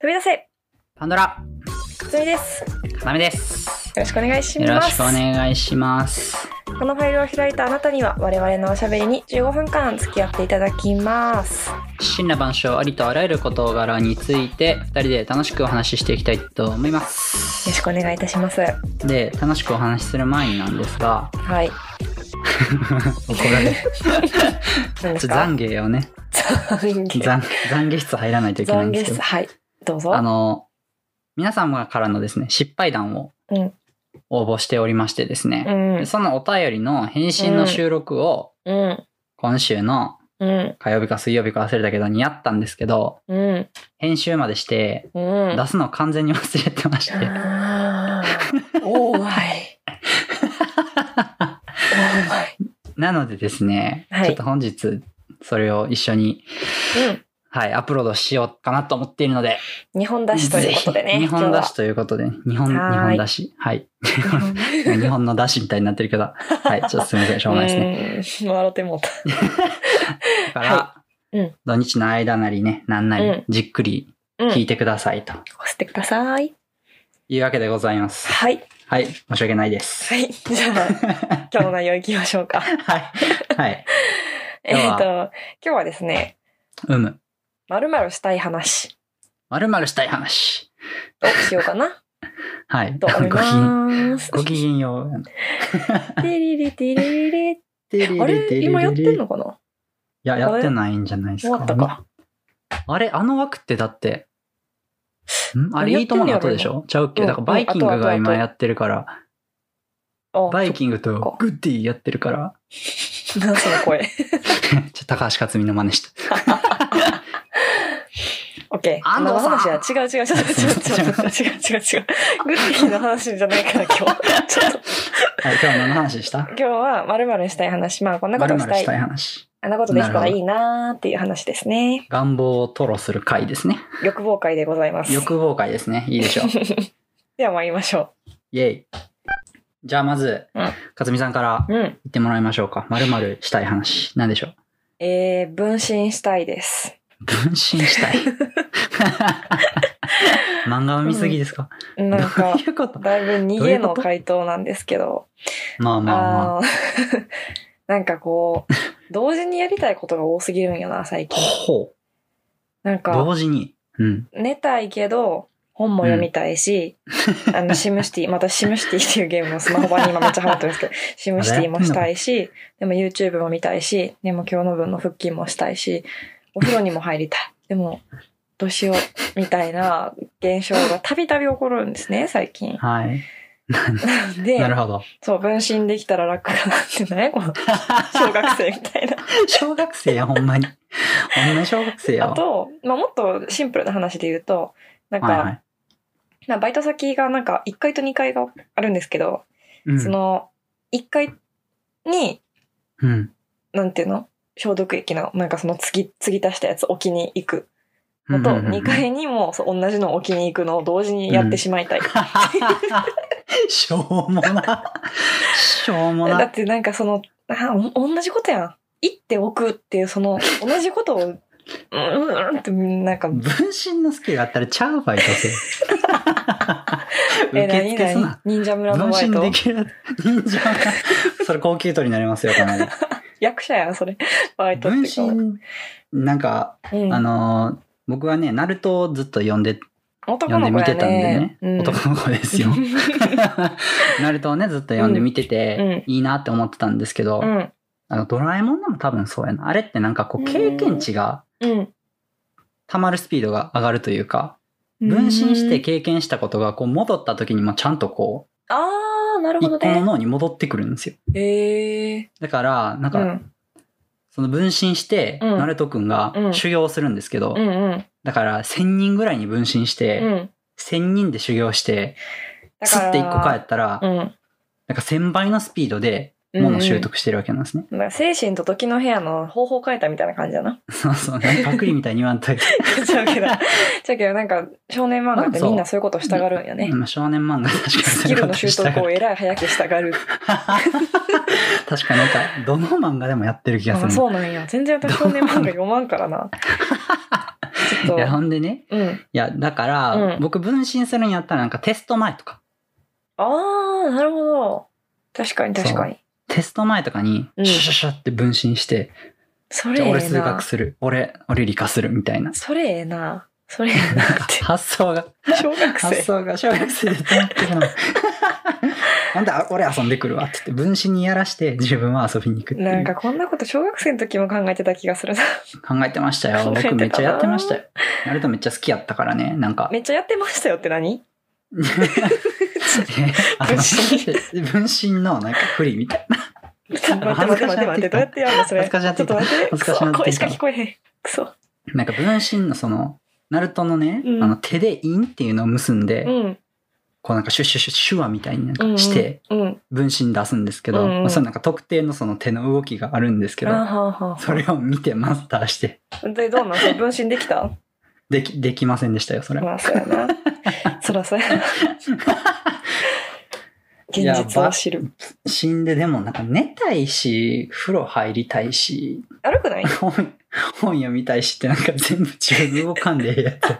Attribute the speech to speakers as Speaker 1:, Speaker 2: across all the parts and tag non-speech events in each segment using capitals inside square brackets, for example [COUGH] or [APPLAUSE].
Speaker 1: 飛び出せ
Speaker 2: パンドラ、
Speaker 1: つみです。よ
Speaker 2: かなめです。
Speaker 1: ろしくお願いし
Speaker 2: よろ
Speaker 1: ま
Speaker 2: し
Speaker 1: す。
Speaker 2: くお願いします。
Speaker 1: このファイルを開いたあなたには我々のおしゃべりに15分間付き合っていただきます。
Speaker 2: 真羅万象ありとあらゆる事柄について2人で楽しくお話ししていきたいと思います
Speaker 1: よろしくお願いいたします。は
Speaker 2: で楽しくお話しする前になんですが
Speaker 1: い。
Speaker 2: 怒られる
Speaker 1: 何ですか
Speaker 2: 懺悔を
Speaker 1: [LAUGHS]
Speaker 2: ね
Speaker 1: 懺悔。
Speaker 2: 懺懺悔室入らないといけないん
Speaker 1: 懺
Speaker 2: で
Speaker 1: 悔
Speaker 2: すけ
Speaker 1: 室。
Speaker 2: ど
Speaker 1: はい。どうぞ。
Speaker 2: あの皆様からのですね失敗談を
Speaker 1: うん
Speaker 2: 応募しておりましてです
Speaker 1: う
Speaker 2: ね、
Speaker 1: ん。
Speaker 2: そのお便りの返信の収録を
Speaker 1: うん。
Speaker 2: 今週の
Speaker 1: うん。
Speaker 2: 火曜日か水曜日か忘れたけどにやったんですけど
Speaker 1: うん。
Speaker 2: 編集までして
Speaker 1: うん。
Speaker 2: 出すの完全に忘れてまして、
Speaker 1: あーおーわい。おーわい。
Speaker 2: なのでですね、
Speaker 1: はい
Speaker 2: ちょっと本日、それを一緒に、はい、アップロードしようかなと思っているので、
Speaker 1: うん。日本出しということでね。
Speaker 2: ぜひ日本出し
Speaker 1: し。
Speaker 2: ということで、日本、日
Speaker 1: はーい
Speaker 2: 本出し。はい。日本の出しみたいになってるけど、
Speaker 1: [LAUGHS]
Speaker 2: はい、ちょっとすみません、しょうがないですね。
Speaker 1: ね。うん。笑ってもうた。
Speaker 2: だから、
Speaker 1: うん
Speaker 2: 土日の間なりね、なんな
Speaker 1: う
Speaker 2: り
Speaker 1: ん、
Speaker 2: じっくり
Speaker 1: うん。
Speaker 2: 聞い
Speaker 1: 押
Speaker 2: てくださいと
Speaker 1: してください。
Speaker 2: いうわけでございます。
Speaker 1: はい。
Speaker 2: はい、申し訳な
Speaker 1: [LAUGHS]
Speaker 2: いです。
Speaker 1: はい。じゃあ、今日の内容いきましょうか。
Speaker 2: はい。はい。
Speaker 1: えっ
Speaker 2: 今
Speaker 1: と
Speaker 2: 日、
Speaker 1: 今日はですね、
Speaker 2: うむ。
Speaker 1: まるまるしたい話
Speaker 2: まるまるしたい話。
Speaker 1: をしようかな
Speaker 2: はい。
Speaker 1: と
Speaker 2: ご
Speaker 1: 思い
Speaker 2: きげん、
Speaker 1: ます。
Speaker 2: ごきげんよう。
Speaker 1: テリリテリリリあれ今やってんのかない
Speaker 2: や、やってないんじゃないです
Speaker 1: 終
Speaker 2: か。
Speaker 1: わったか。
Speaker 2: あれ、あの枠ってだって、んあれ、
Speaker 1: や
Speaker 2: い
Speaker 1: っ
Speaker 2: い
Speaker 1: て
Speaker 2: と
Speaker 1: んの
Speaker 2: も
Speaker 1: やろ
Speaker 2: の後でしょちゃうっけ
Speaker 1: うん
Speaker 2: だから、バイキング
Speaker 1: うんあとあとあ
Speaker 2: が
Speaker 1: と
Speaker 2: 今やってるから、
Speaker 1: あ、
Speaker 2: バイ
Speaker 1: ン
Speaker 2: キング
Speaker 1: っ
Speaker 2: と
Speaker 1: か
Speaker 2: グッディやってるから、 [LAUGHS]
Speaker 1: グ。何その声。
Speaker 2: ちょっと高橋克実の真似した。
Speaker 1: オッケー。あ
Speaker 2: 安藤
Speaker 1: の
Speaker 2: さん
Speaker 1: 話は違う違う違う違う違う違う違う違う違う。グッディの話じゃないから今日。ちょっと。
Speaker 2: [LAUGHS] はい、今日は何の話した
Speaker 1: 今日はまるまるしたい話。まあこんな
Speaker 2: [LAUGHS] ま
Speaker 1: こ
Speaker 2: る
Speaker 1: と
Speaker 2: ま
Speaker 1: した
Speaker 2: るしたい
Speaker 1: い。
Speaker 2: 話。
Speaker 1: あんなことできたらいいなーっていう話ですね。
Speaker 2: 願望を吐露する回ですね。
Speaker 1: 欲望会でございます。
Speaker 2: [LAUGHS] 欲望回ですね。いいでしょう。 [LAUGHS]
Speaker 1: では参りましょ
Speaker 2: イェイ。じゃあまず
Speaker 1: うん、
Speaker 2: 克実さんから
Speaker 1: う。うん。
Speaker 2: 言ってもらいましょうか。まるまるしたい話。何でしょう
Speaker 1: えー、分身したいです。
Speaker 2: 分身 [LAUGHS] したい。漫画を見すぎですか、
Speaker 1: なん
Speaker 2: ど
Speaker 1: [LAUGHS]
Speaker 2: う [LAUGHS]
Speaker 1: か、
Speaker 2: いうこと
Speaker 1: だいぶ逃
Speaker 2: どうい
Speaker 1: げ
Speaker 2: うこ
Speaker 1: の
Speaker 2: と
Speaker 1: 回答なんですけど、
Speaker 2: まあまあまあ。
Speaker 1: あの、 [LAUGHS] なんかこう、同時にやりたいことが多すぎるんよな、最近。
Speaker 2: ほう。
Speaker 1: なんか、
Speaker 2: 同時に。うん。
Speaker 1: 寝たいけど、本も読みたいし、あの、シムシティ、またシムシティっていうゲームをスマホ版に今めっちゃハマってますけ
Speaker 2: [LAUGHS]
Speaker 1: ど、シムシティもしたいし、でも YouTube も見たいし、でも今日の分の腹筋もしたいし、お風呂にも入り
Speaker 2: [LAUGHS]
Speaker 1: たい。でも、どうしよう、みたいな現象がたびたび起こるんですね、最
Speaker 2: [LAUGHS]
Speaker 1: 近。
Speaker 2: はい。
Speaker 1: なんで
Speaker 2: な、るほど。
Speaker 1: そう、分身できたら楽かなって
Speaker 2: [LAUGHS]
Speaker 1: ね、この [LAUGHS] 小学生みたいな。
Speaker 2: 小学生や、ほんまに。ほんまに小学生やわ。
Speaker 1: あと、まあ、もっとシンプルな話で言うと、なんか、
Speaker 2: はいはい。
Speaker 1: まあバイト先がなんか1階と2階があるんですけど、
Speaker 2: うん
Speaker 1: そ、の、1階に、
Speaker 2: うん。
Speaker 1: なんていうの消毒液の、なんかその継ぎ、継ぎ足したやつ置きに行くのと、
Speaker 2: うんうんうん
Speaker 1: 2階にもそう同じの置きに行くのを同時にやってしまいたい。
Speaker 2: [LAUGHS] しょうもな。しょうも
Speaker 1: だ
Speaker 2: な
Speaker 1: っ。てなんかその、あお同じことやん。行って置くっていう、その、同じことを、うんうんうんって、なんか、
Speaker 2: 分身のスキルあったらちゃうバイト生。
Speaker 1: [LAUGHS] え、
Speaker 2: 受け
Speaker 1: 何
Speaker 2: 付けす
Speaker 1: 何
Speaker 2: な。
Speaker 1: 忍者村の
Speaker 2: 分
Speaker 1: バイ
Speaker 2: 身
Speaker 1: ト
Speaker 2: で。きる。忍者。それ高級取りになりますよ、かなり。
Speaker 1: 役者やん、それ。 [LAUGHS] バイトって
Speaker 2: 分
Speaker 1: いうか。
Speaker 2: 身、なんか、
Speaker 1: うん
Speaker 2: あのー僕はね、ナルトをずっと読んで、
Speaker 1: 男
Speaker 2: 読ん
Speaker 1: の
Speaker 2: で
Speaker 1: 子
Speaker 2: 見
Speaker 1: や
Speaker 2: てたんでね
Speaker 1: ね。。うん
Speaker 2: 男の子です
Speaker 1: [LAUGHS]
Speaker 2: よ。ナルトをね、ずっと読んで見てて、いいなって思ってたんですけど、
Speaker 1: うん。
Speaker 2: あのドラえもんでも多分そうやな。あれってなんかこう、
Speaker 1: うん
Speaker 2: 経験値が、
Speaker 1: うん。
Speaker 2: 溜まるスピードが上がるというか、分身して経験したことが、こう、戻った時にもちゃんとこう、
Speaker 1: あー、なるほ
Speaker 2: 一
Speaker 1: ど
Speaker 2: 個の
Speaker 1: ね。
Speaker 2: 脳に戻ってくるんですよ。
Speaker 1: へえ。
Speaker 2: だから、な
Speaker 1: う
Speaker 2: んか、
Speaker 1: ん。
Speaker 2: その分身して、
Speaker 1: うん
Speaker 2: ナルトくんが
Speaker 1: うん
Speaker 2: 修行するんですけど、
Speaker 1: うんうん。
Speaker 2: だから、1000人ぐらいに分身して、
Speaker 1: うん。
Speaker 2: 1000人で修行して、
Speaker 1: だ
Speaker 2: す
Speaker 1: から、
Speaker 2: って1個帰ったら、
Speaker 1: うん。
Speaker 2: なんか1000倍のスピードで
Speaker 1: うん
Speaker 2: 物を習得してるわけなんですね。
Speaker 1: だから精神と時の部屋の方法変えたみたいな感じだ
Speaker 2: [LAUGHS]
Speaker 1: な。
Speaker 2: そうそう、なんかパクリみたいに言わんといて。
Speaker 1: ちゃうけど、ちゃうけど、なんか少年漫画ってみんなそういうことしたがるんよ [LAUGHS] ね。
Speaker 2: うん少年漫画確かに
Speaker 1: ス
Speaker 2: そう
Speaker 1: キ
Speaker 2: いう
Speaker 1: ル
Speaker 2: こと
Speaker 1: の習
Speaker 2: したが
Speaker 1: 得を
Speaker 2: る。
Speaker 1: えらい早くしたがる。
Speaker 2: [LAUGHS] 確かになんか、どの漫画でもやってる気がす
Speaker 1: あ
Speaker 2: る。 [LAUGHS]
Speaker 1: そうなんや。全然私少年漫画読まんからな。ちょっ
Speaker 2: いや、ほ
Speaker 1: と。
Speaker 2: んでね。
Speaker 1: うん。
Speaker 2: いや、だから、
Speaker 1: うん
Speaker 2: 僕分身するんやったらなんかテスト前とか、
Speaker 1: ああ、なるほど。確かに
Speaker 2: そう
Speaker 1: 確かに。
Speaker 2: テスト前とかに、
Speaker 1: うん
Speaker 2: シュシュシュって分身して、
Speaker 1: そ
Speaker 2: じ
Speaker 1: れ
Speaker 2: ゃあ
Speaker 1: え
Speaker 2: 俺
Speaker 1: え
Speaker 2: 数
Speaker 1: な
Speaker 2: 学。する、俺、俺理科するみた
Speaker 1: [LAUGHS]
Speaker 2: いな。
Speaker 1: それええな。それええな
Speaker 2: なん
Speaker 1: っ
Speaker 2: か
Speaker 1: て。
Speaker 2: 発想が、
Speaker 1: 小学
Speaker 2: 発
Speaker 1: 生。
Speaker 2: 想が小学生で止まって
Speaker 1: [LAUGHS]
Speaker 2: るな。なんだ、俺遊んでくるわって言って、分身にやらして自分は遊びに行くっていう
Speaker 1: なんかこんなこと小学生の時も考えてた気がするな。 [LAUGHS]
Speaker 2: 考えてましたよ。
Speaker 1: 考えてた
Speaker 2: 僕
Speaker 1: な
Speaker 2: めっちゃやってましたよ。ナルトめっちゃ好きやったからね、な
Speaker 1: [LAUGHS]
Speaker 2: んか。 [LAUGHS]
Speaker 1: めっちゃやってましたよって何
Speaker 2: あの分身のなんか不利みたいな。
Speaker 1: 待って待って待って待って、どうやってやるのそ
Speaker 2: 恥
Speaker 1: れ。
Speaker 2: ずかしなっ
Speaker 1: ちょ
Speaker 2: て
Speaker 1: っ
Speaker 2: き
Speaker 1: と待
Speaker 2: た。
Speaker 1: って。ク
Speaker 2: 恥ずかしな
Speaker 1: ソ、
Speaker 2: って
Speaker 1: 声
Speaker 2: きた
Speaker 1: しか聞こえへん。クソ。
Speaker 2: なんか分身のその、ナルトのね、
Speaker 1: うん
Speaker 2: あの手でインっていうのを結んで、
Speaker 1: うん。
Speaker 2: こうなんかシュッシュッシュッ手話みたいになん
Speaker 1: うん
Speaker 2: かして
Speaker 1: うん。
Speaker 2: 分身出すんですけど、
Speaker 1: うんうん
Speaker 2: まあ、それなんか特定のその手の動きがあるんですけ
Speaker 1: あー
Speaker 2: ど、
Speaker 1: はーは
Speaker 2: それを見てマスターして、
Speaker 1: ー。で、どうなんそれ分身できた
Speaker 2: でき、できませんでしたよ、それ。
Speaker 1: まあ、そうや
Speaker 2: [LAUGHS]
Speaker 1: な。そらそうやな。
Speaker 2: いや
Speaker 1: 現実を知る。
Speaker 2: 死んででもなんか寝たいし、風呂入りたいし、
Speaker 1: 悪くない
Speaker 2: 本、本読みたいしってなんか全部自分動かんでええやつ
Speaker 1: [LAUGHS]
Speaker 2: とか。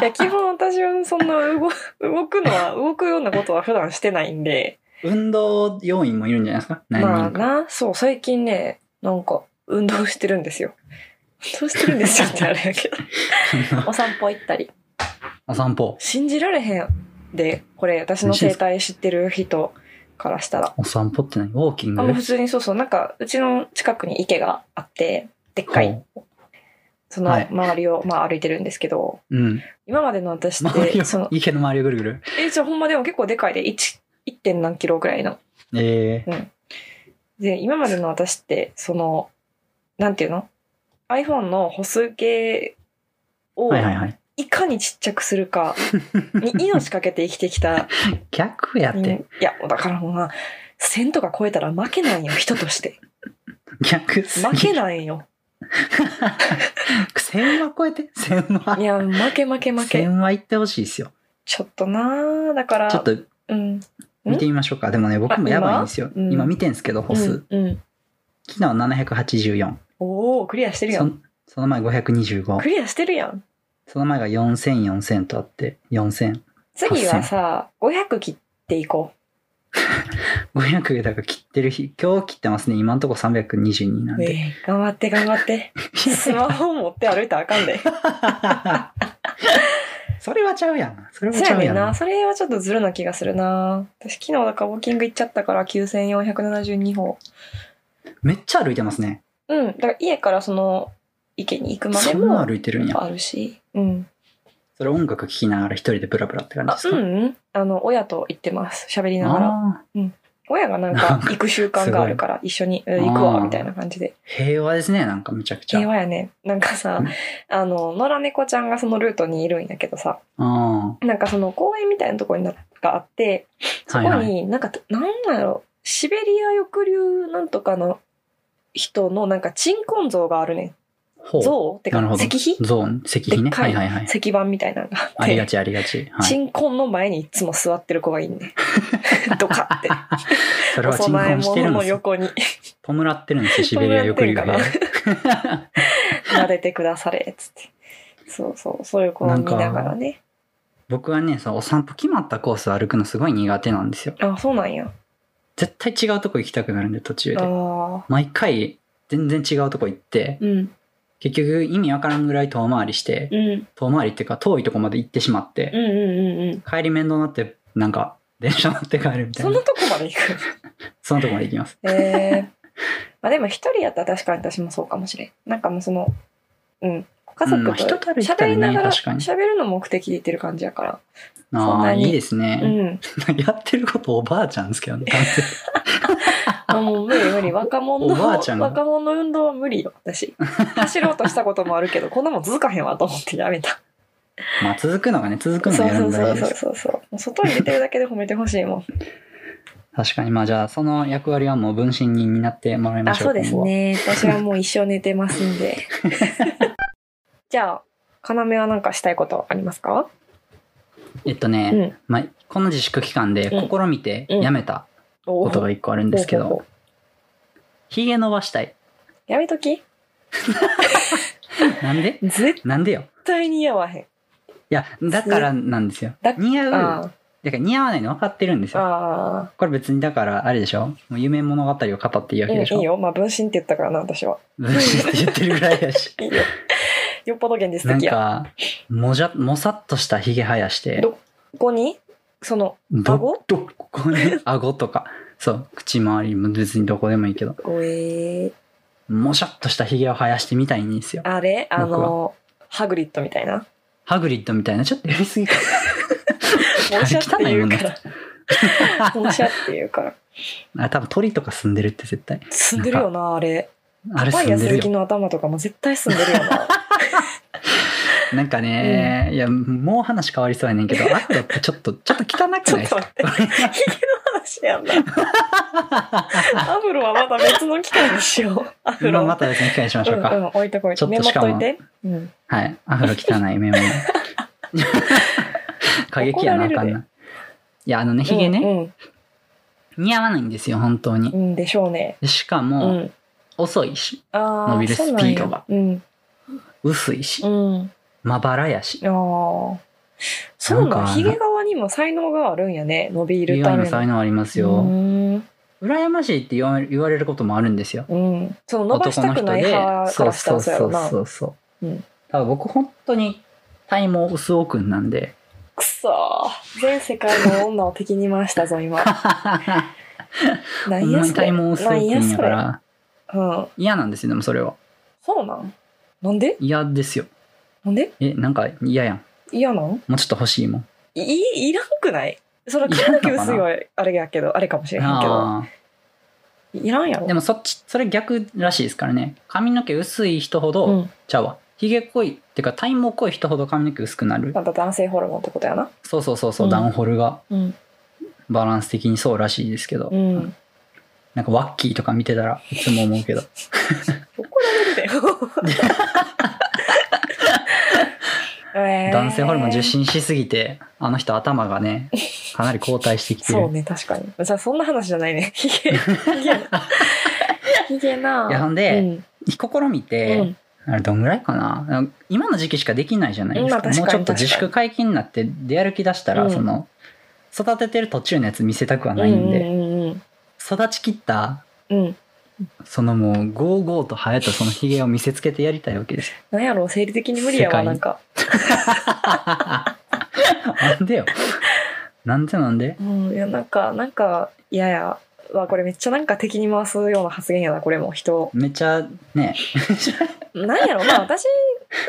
Speaker 1: いや、基本私はそんな動、動くのは、動くようなことは普段してないんで。
Speaker 2: 運動要員もいるんじゃないですか何
Speaker 1: まあ
Speaker 2: 人か。
Speaker 1: な、そう、最近ね、なんか、運動してるんですよ。運動してるんですよってあれやけど。 [LAUGHS] お散歩行ったり。
Speaker 2: [LAUGHS] お散歩。
Speaker 1: 信じられへんで、これ、私の生態知ってる人からしたら。
Speaker 2: お散歩って何ウォーキング
Speaker 1: あ、もう普通にそうそう、なんか、うちの近くに池があって、でっかい、その
Speaker 2: はい
Speaker 1: 周りを、まあ歩いてるんですけど、
Speaker 2: うん。
Speaker 1: 今までの私っ
Speaker 2: 周り
Speaker 1: て、
Speaker 2: を
Speaker 1: その、
Speaker 2: 池の周りをぐるぐる。
Speaker 1: え、じゃあほんまでも結構でかいで、1、1. 点何キロぐらいの。
Speaker 2: え
Speaker 1: で、今までの私って、その、なんていうの ?iPhone の歩数計
Speaker 2: え
Speaker 1: を
Speaker 2: はいはいはい。
Speaker 1: いかにちっちゃくするかに命かけて生きてき
Speaker 2: [LAUGHS]
Speaker 1: た。
Speaker 2: 逆やっ
Speaker 1: 人
Speaker 2: て。
Speaker 1: いや、だからほんま、1000とか超えたら負けないよ、人として。
Speaker 2: 逆す
Speaker 1: 負
Speaker 2: ぎ
Speaker 1: け
Speaker 2: る。
Speaker 1: ない
Speaker 2: [LAUGHS]
Speaker 1: よ。
Speaker 2: 千は超えて。千
Speaker 1: い
Speaker 2: は。
Speaker 1: や、負け負け負け。
Speaker 2: 千は行ってほしいですよ。
Speaker 1: ちょっとなぁ、だから、
Speaker 2: ちょっと
Speaker 1: うん。
Speaker 2: 見てみましょうか。でもね、僕もやばいんですよ。
Speaker 1: 今うん
Speaker 2: 今見てんすけど、歩数。
Speaker 1: うん。うん、
Speaker 2: 昨日784。
Speaker 1: おー、クリアしてるや
Speaker 2: そ
Speaker 1: ん。
Speaker 2: のその前525
Speaker 1: ク。リアしてるやん。
Speaker 2: その前が4000、4000とあって、4000。
Speaker 1: 次はさ、500切っていこ
Speaker 2: 500だから切ってる日、今日切ってますね。今んとこ322なん
Speaker 1: う。
Speaker 2: で。
Speaker 1: えー頑張って頑張
Speaker 2: [LAUGHS]
Speaker 1: って。スマホ持って歩いたらあかんで。
Speaker 2: それはちゃうやん。それは
Speaker 1: そう
Speaker 2: ち
Speaker 1: や
Speaker 2: ゃう
Speaker 1: ね
Speaker 2: や
Speaker 1: ん
Speaker 2: ん。
Speaker 1: な。それはちょっとずるな気がするな。私昨日だからウォーキング行っちゃったから9472歩。
Speaker 2: めっちゃ歩いてますね。
Speaker 1: うん。だから家からその池に行くまで
Speaker 2: そんな
Speaker 1: も
Speaker 2: 歩いてるんや。
Speaker 1: あるし。うん。
Speaker 2: それ音楽聴きながら一人でブラブラって感じ
Speaker 1: あ
Speaker 2: で、す
Speaker 1: う
Speaker 2: か、
Speaker 1: んうん。あの、親と行ってます。喋りながら。
Speaker 2: ああ
Speaker 1: 親がなん
Speaker 2: [LAUGHS]
Speaker 1: か行く習慣があるから一緒にうん行く
Speaker 2: あ
Speaker 1: わ、
Speaker 2: ー
Speaker 1: みたいな感じで。
Speaker 2: 平和ですね、なんかめちゃくちゃ。
Speaker 1: 平和やね。なんかさ
Speaker 2: うん、
Speaker 1: あの、野良猫ちゃんがそのルートにいるんやけどさ、
Speaker 2: あ
Speaker 1: なんかその公園みたいなところにながあって、
Speaker 2: あ。
Speaker 1: そ
Speaker 2: はい
Speaker 1: こ
Speaker 2: はい。
Speaker 1: に、なんか、なんなんやろ、シベリア抑留なんとかの人の、なんか、鎮魂像があるね
Speaker 2: ほ
Speaker 1: ん。
Speaker 2: う。
Speaker 1: 像ってか
Speaker 2: なる、ほど
Speaker 1: 石碑
Speaker 2: ゾーン。石碑
Speaker 1: で
Speaker 2: ね。
Speaker 1: っか
Speaker 2: はいいはいはい。
Speaker 1: 石板みたいなのがあっ
Speaker 2: ありが
Speaker 1: て、
Speaker 2: ちありがち。はい。
Speaker 1: 鎮魂の前にいつも座ってる子がいん
Speaker 2: [LAUGHS]
Speaker 1: ね。ドカって。
Speaker 2: それ
Speaker 1: お
Speaker 2: は鎮
Speaker 1: 供え
Speaker 2: 魂してる
Speaker 1: 物
Speaker 2: んで
Speaker 1: の
Speaker 2: すよ。
Speaker 1: 横に
Speaker 2: 弔ってるんですよ、シベリア抑留が
Speaker 1: 弔って。撫でてくだされ、つって。そうそう、そういう子を見ながらね。
Speaker 2: 僕はね、そのお散歩決まったコースを歩くのすごい苦手なんですよ。
Speaker 1: あ、そうなんや。
Speaker 2: 絶対違うとこ行きたくなるんで、途中
Speaker 1: あ
Speaker 2: で。
Speaker 1: あ。
Speaker 2: 毎回、全然違うとこ行って、
Speaker 1: うん、
Speaker 2: 結局意味わからんぐらい遠回りして、
Speaker 1: うん、うん、
Speaker 2: 遠回りっていうか遠いとこまで行ってしまって、
Speaker 1: うん、うん、うん。
Speaker 2: 帰り面倒になって、なんか、電車乗って帰るみた
Speaker 1: そ
Speaker 2: い
Speaker 1: んな
Speaker 2: な。
Speaker 1: とこまで行く。
Speaker 2: そのとこまで行きます。 [LAUGHS]
Speaker 1: ええまあでも一人やったら確かに私もそうかもしれん。なんかもうその、うん。家
Speaker 2: うんま
Speaker 1: 族
Speaker 2: あ人
Speaker 1: と
Speaker 2: と歩いたらね
Speaker 1: 喋りながら、
Speaker 2: 確かに
Speaker 1: 喋るの目的で言ってる感じやから。そん
Speaker 2: あ
Speaker 1: な
Speaker 2: あ、
Speaker 1: に
Speaker 2: いいです
Speaker 1: う
Speaker 2: ね。
Speaker 1: ん。
Speaker 2: やってることおばあちゃんですけどね。完
Speaker 1: [LAUGHS]
Speaker 2: 全に
Speaker 1: あもう無理無理。若者
Speaker 2: お
Speaker 1: の、
Speaker 2: ばあちゃ
Speaker 1: 若
Speaker 2: んが
Speaker 1: 者の運動は無理よ、
Speaker 2: [LAUGHS]
Speaker 1: 私。走ろうとしたこともあるけど、こんなもん続かへんわと思ってやめた。
Speaker 2: まあ続くのがね、続く
Speaker 1: そう
Speaker 2: のがやる
Speaker 1: そ
Speaker 2: の
Speaker 1: うそう
Speaker 2: 大事
Speaker 1: そ
Speaker 2: で
Speaker 1: う
Speaker 2: す。
Speaker 1: そうそう。もう外に出てるだけで褒めてほしいもん。
Speaker 2: 確かに、まあじゃあその役割はもう分身人になってもら [LAUGHS] いま
Speaker 1: あ、
Speaker 2: しょう。
Speaker 1: そうです
Speaker 2: 今後は。
Speaker 1: ね。私はもう一生寝てますん
Speaker 2: [LAUGHS]
Speaker 1: で。じゃあ、要は何かしたいことありますか
Speaker 2: えっとね、
Speaker 1: うん
Speaker 2: まあ、この自粛期間で試みて
Speaker 1: うん
Speaker 2: やめた
Speaker 1: お
Speaker 2: ことが一個あるんですけ
Speaker 1: ほうほう
Speaker 2: ど、
Speaker 1: ほう
Speaker 2: ひげ、伸ばしたい。
Speaker 1: やめとき
Speaker 2: なんで [LAUGHS]
Speaker 1: 絶
Speaker 2: なんでよ。
Speaker 1: 対似合わへん。
Speaker 2: いや、だからなんですよ
Speaker 1: だ。
Speaker 2: 似合う、だか
Speaker 1: あ
Speaker 2: ら似合わないの分かってるんで
Speaker 1: あ
Speaker 2: すよ。
Speaker 1: あ
Speaker 2: これ別にだから、あれでしょもう夢物語を語っていいわ
Speaker 1: あ。い
Speaker 2: けでし
Speaker 1: いいい
Speaker 2: ょ
Speaker 1: よ。まあ、分身って言ったからな、私は。
Speaker 2: 分身って言ってるぐらい
Speaker 1: [LAUGHS]
Speaker 2: やし。
Speaker 1: い
Speaker 2: [LAUGHS]
Speaker 1: いよ。よっぽど現実
Speaker 2: なん
Speaker 1: 的や。
Speaker 2: か、もじゃ、もさっとしたひげ生やして、
Speaker 1: どここに、その、
Speaker 2: ど
Speaker 1: 顎、
Speaker 2: どこに、顎とか、そう、口周りも別にどこでもいいけど、
Speaker 1: おえー
Speaker 2: もしゃっとしたひげを生やしてみたいんですよ。
Speaker 1: あれあ
Speaker 2: 僕
Speaker 1: の、ハグリッドみたいな。
Speaker 2: ハグリッドみたいな、ちょっとやりすぎか。
Speaker 1: もしゃって言うか
Speaker 2: あれ汚いもんな
Speaker 1: ら。 [LAUGHS] もしゃって言うから。
Speaker 2: あ多分鳥とか住んでるって絶対。
Speaker 1: 住んでるよな、あれ。
Speaker 2: あれ
Speaker 1: パ
Speaker 2: 住
Speaker 1: ン屋
Speaker 2: んで
Speaker 1: 鈴
Speaker 2: る
Speaker 1: 木
Speaker 2: よ。
Speaker 1: の頭とかも絶対住んでるよな。
Speaker 2: なんかね、いや、もう話変わりそうやねん
Speaker 1: [LAUGHS]
Speaker 2: けど、あとやっぱちょっと、ちょっと汚くない
Speaker 1: ちょっ
Speaker 2: です
Speaker 1: と
Speaker 2: か
Speaker 1: 待って。ヒゲの話やん
Speaker 2: [LAUGHS]
Speaker 1: な。アフロはまた別の機会にしよう。アフ
Speaker 2: 今
Speaker 1: ロ。
Speaker 2: また別に機会にしましょうか。
Speaker 1: うんうん、置いとこい
Speaker 2: ち
Speaker 1: と
Speaker 2: ょっ
Speaker 1: メ
Speaker 2: と
Speaker 1: モ
Speaker 2: し
Speaker 1: っ
Speaker 2: かも
Speaker 1: といて。うん。
Speaker 2: はい。アフロ汚いメモ。
Speaker 1: [LAUGHS]
Speaker 2: 過激やな、あ
Speaker 1: 怒ら
Speaker 2: か
Speaker 1: れ
Speaker 2: ん
Speaker 1: る
Speaker 2: な。いや、あのね、ヒゲね、
Speaker 1: う
Speaker 2: 似合わないんですよ、本当に
Speaker 1: ん。う。ん。うんでしょうね。
Speaker 2: でしか
Speaker 1: う
Speaker 2: も、
Speaker 1: ん。
Speaker 2: 遅いし、
Speaker 1: ああ。
Speaker 2: 伸びるスピードが
Speaker 1: そうなんや
Speaker 2: 薄いし
Speaker 1: う、ん。うん。
Speaker 2: まばらやし。
Speaker 1: ああ。そう
Speaker 2: なん
Speaker 1: な
Speaker 2: か
Speaker 1: んヒゲ側にも才能があるんやね。伸び
Speaker 2: 意
Speaker 1: るた
Speaker 2: 外
Speaker 1: め
Speaker 2: の
Speaker 1: の。
Speaker 2: 才能あります
Speaker 1: う
Speaker 2: よ。
Speaker 1: ーん
Speaker 2: 羨ましいって言わ言われることもあるんですよ。
Speaker 1: うん。その伸ばし
Speaker 2: 男
Speaker 1: た
Speaker 2: の
Speaker 1: く
Speaker 2: 人
Speaker 1: ない
Speaker 2: で。
Speaker 1: 派からしたらそうやろな。
Speaker 2: そうそうそう。
Speaker 1: うん
Speaker 2: ただ僕本当に体毛薄おくんなんで。
Speaker 1: くそー全世界の女を敵に回したぞ、
Speaker 2: [LAUGHS]
Speaker 1: 今。[LAUGHS]
Speaker 2: ほ
Speaker 1: 何
Speaker 2: んま
Speaker 1: や
Speaker 2: に
Speaker 1: それ。
Speaker 2: 体毛薄おく
Speaker 1: なん
Speaker 2: ん
Speaker 1: や
Speaker 2: や
Speaker 1: そ
Speaker 2: か
Speaker 1: れ。
Speaker 2: ら。
Speaker 1: うん。
Speaker 2: 嫌なんですよ、でもそれは。
Speaker 1: そうなんなんで
Speaker 2: 嫌ですよ。
Speaker 1: なんで
Speaker 2: え、なんか嫌やん。
Speaker 1: 嫌なん
Speaker 2: もうちょっと欲しいもん。
Speaker 1: い、いらんくないそれ髪の毛薄いはあれやけど、あれかもしれへんけど。
Speaker 2: あ
Speaker 1: いらんや
Speaker 2: あ。
Speaker 1: ろ
Speaker 2: で。もそっち、それ逆らしいですからね。髪の毛薄い人ほど、
Speaker 1: うん。
Speaker 2: ちゃうわ。ひげ濃い、ってか体毛濃い人ほど髪の毛薄くなる
Speaker 1: な。んだ男性ホルモンってことやな。
Speaker 2: そうそうそうそう、
Speaker 1: うん
Speaker 2: ダウンホルが
Speaker 1: うん。
Speaker 2: バランス的にそうらしいですけど。
Speaker 1: [LAUGHS] うん。
Speaker 2: なんかワッキーとか見てたらいつも思うけど。
Speaker 1: 怒られるでよ。
Speaker 2: 男性ホルモン受
Speaker 1: 信
Speaker 2: 診しすぎて、あの人頭がね、
Speaker 1: [LAUGHS]
Speaker 2: かなり後退してきてる。
Speaker 1: そうね、確かに。じゃあそんな話じゃないね。ひ [LAUGHS] げ、ひげな。ひげな。
Speaker 2: いや、ほん
Speaker 1: う
Speaker 2: で、
Speaker 1: ん
Speaker 2: 試みて、
Speaker 1: うん
Speaker 2: あれどんぐらいかな今の時期しかできないじゃないです
Speaker 1: ま
Speaker 2: か。
Speaker 1: あ確かに
Speaker 2: もうちょっと自
Speaker 1: 確か
Speaker 2: 粛解禁になって出歩き出したら、
Speaker 1: うん
Speaker 2: その、育ててる途中のやつ見せたくはないんで、
Speaker 1: うんうんうん
Speaker 2: 育ちきった、
Speaker 1: うん。うん。
Speaker 2: そのもう、ゴーゴーと生えたそのヒゲを見せつけてやりたいわ
Speaker 1: [LAUGHS]
Speaker 2: けですよ。
Speaker 1: なんやろう、生理的に無理や
Speaker 2: 世界
Speaker 1: わ、
Speaker 2: に
Speaker 1: なんか。
Speaker 2: なんでよ。なんでなんで
Speaker 1: うん、いや、なんか、なんか、嫌や。わ、これめっちゃなんか敵に回すような発言やな、これも、人を。
Speaker 2: めっちゃね、
Speaker 1: なんやろ、まあ私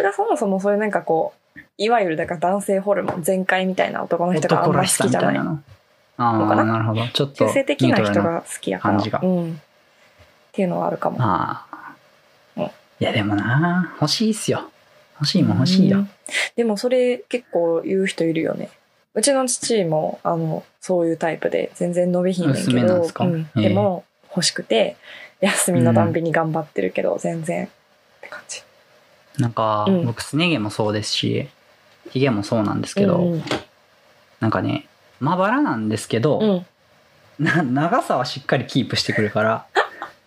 Speaker 1: がそもそもそういうなんかこう、いわゆるだから男性ホルモン全開みたいな男の人があん
Speaker 2: 男
Speaker 1: ま
Speaker 2: ら
Speaker 1: 好
Speaker 2: しさ
Speaker 1: き
Speaker 2: み
Speaker 1: じゃ
Speaker 2: た
Speaker 1: ないい
Speaker 2: な。の。あ
Speaker 1: の
Speaker 2: あ
Speaker 1: か
Speaker 2: ー、
Speaker 1: な
Speaker 2: なるほど。ちょっと、
Speaker 1: 中性的な人
Speaker 2: ニュートラルな。
Speaker 1: が好きやから。
Speaker 2: 感じが
Speaker 1: うん。っていうのはあるかも。
Speaker 2: あ
Speaker 1: うん
Speaker 2: あ。いや、でもな、欲しいっすよ。欲しいもん欲しいうよ
Speaker 1: ん。。でもそれ結構言う人いるよね。うちの父も、あの、そういうタイプで、全然伸びひんねんけど。
Speaker 2: 薄めなんすか
Speaker 1: うん
Speaker 2: へえ
Speaker 1: でも、欲しくて、休みのたんびに頑張ってるけど、全然。って感じ。
Speaker 2: なんか、
Speaker 1: うん
Speaker 2: 僕、すね毛もそうですし、ヒゲもそうなんですけど、 [LAUGHS]
Speaker 1: うん
Speaker 2: なんかね、まばらなんですけど、
Speaker 1: うん。うん。
Speaker 2: な長さはしっかりキープしてくるから、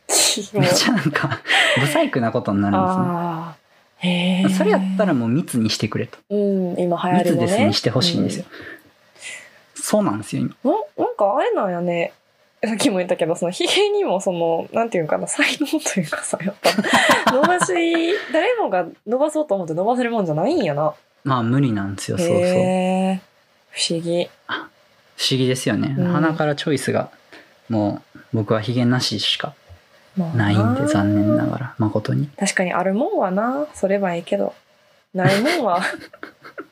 Speaker 1: キモ
Speaker 2: めっちゃなんか、不細工なことになるんですね。
Speaker 1: ああ。へえ。
Speaker 2: それやったら、もう密にしてくれと。
Speaker 1: うん、今流行り
Speaker 2: 密
Speaker 1: のね。
Speaker 2: ですにしてほしいんですよ。そうなんですよ、今
Speaker 1: うん。ななんかあれなんやね。さっきも言ったけど、そのヒゲにもその、なんていうんかな、才能というかさ、やっ
Speaker 2: [LAUGHS]
Speaker 1: ぱ、伸ばし、誰もが伸ばそうと思って伸ばせるもんじゃないんやな。
Speaker 2: まあ、無理なんですよ、そうそう。
Speaker 1: へえ。不思議。
Speaker 2: 不思議ですよね、
Speaker 1: うん
Speaker 2: 鼻からチョイスがもう僕はヒゲなししか
Speaker 1: まあ
Speaker 2: ないんで残念ながら誠に
Speaker 1: 確かにあるもんはな、そればいいけど、ないも
Speaker 2: [LAUGHS]
Speaker 1: んは、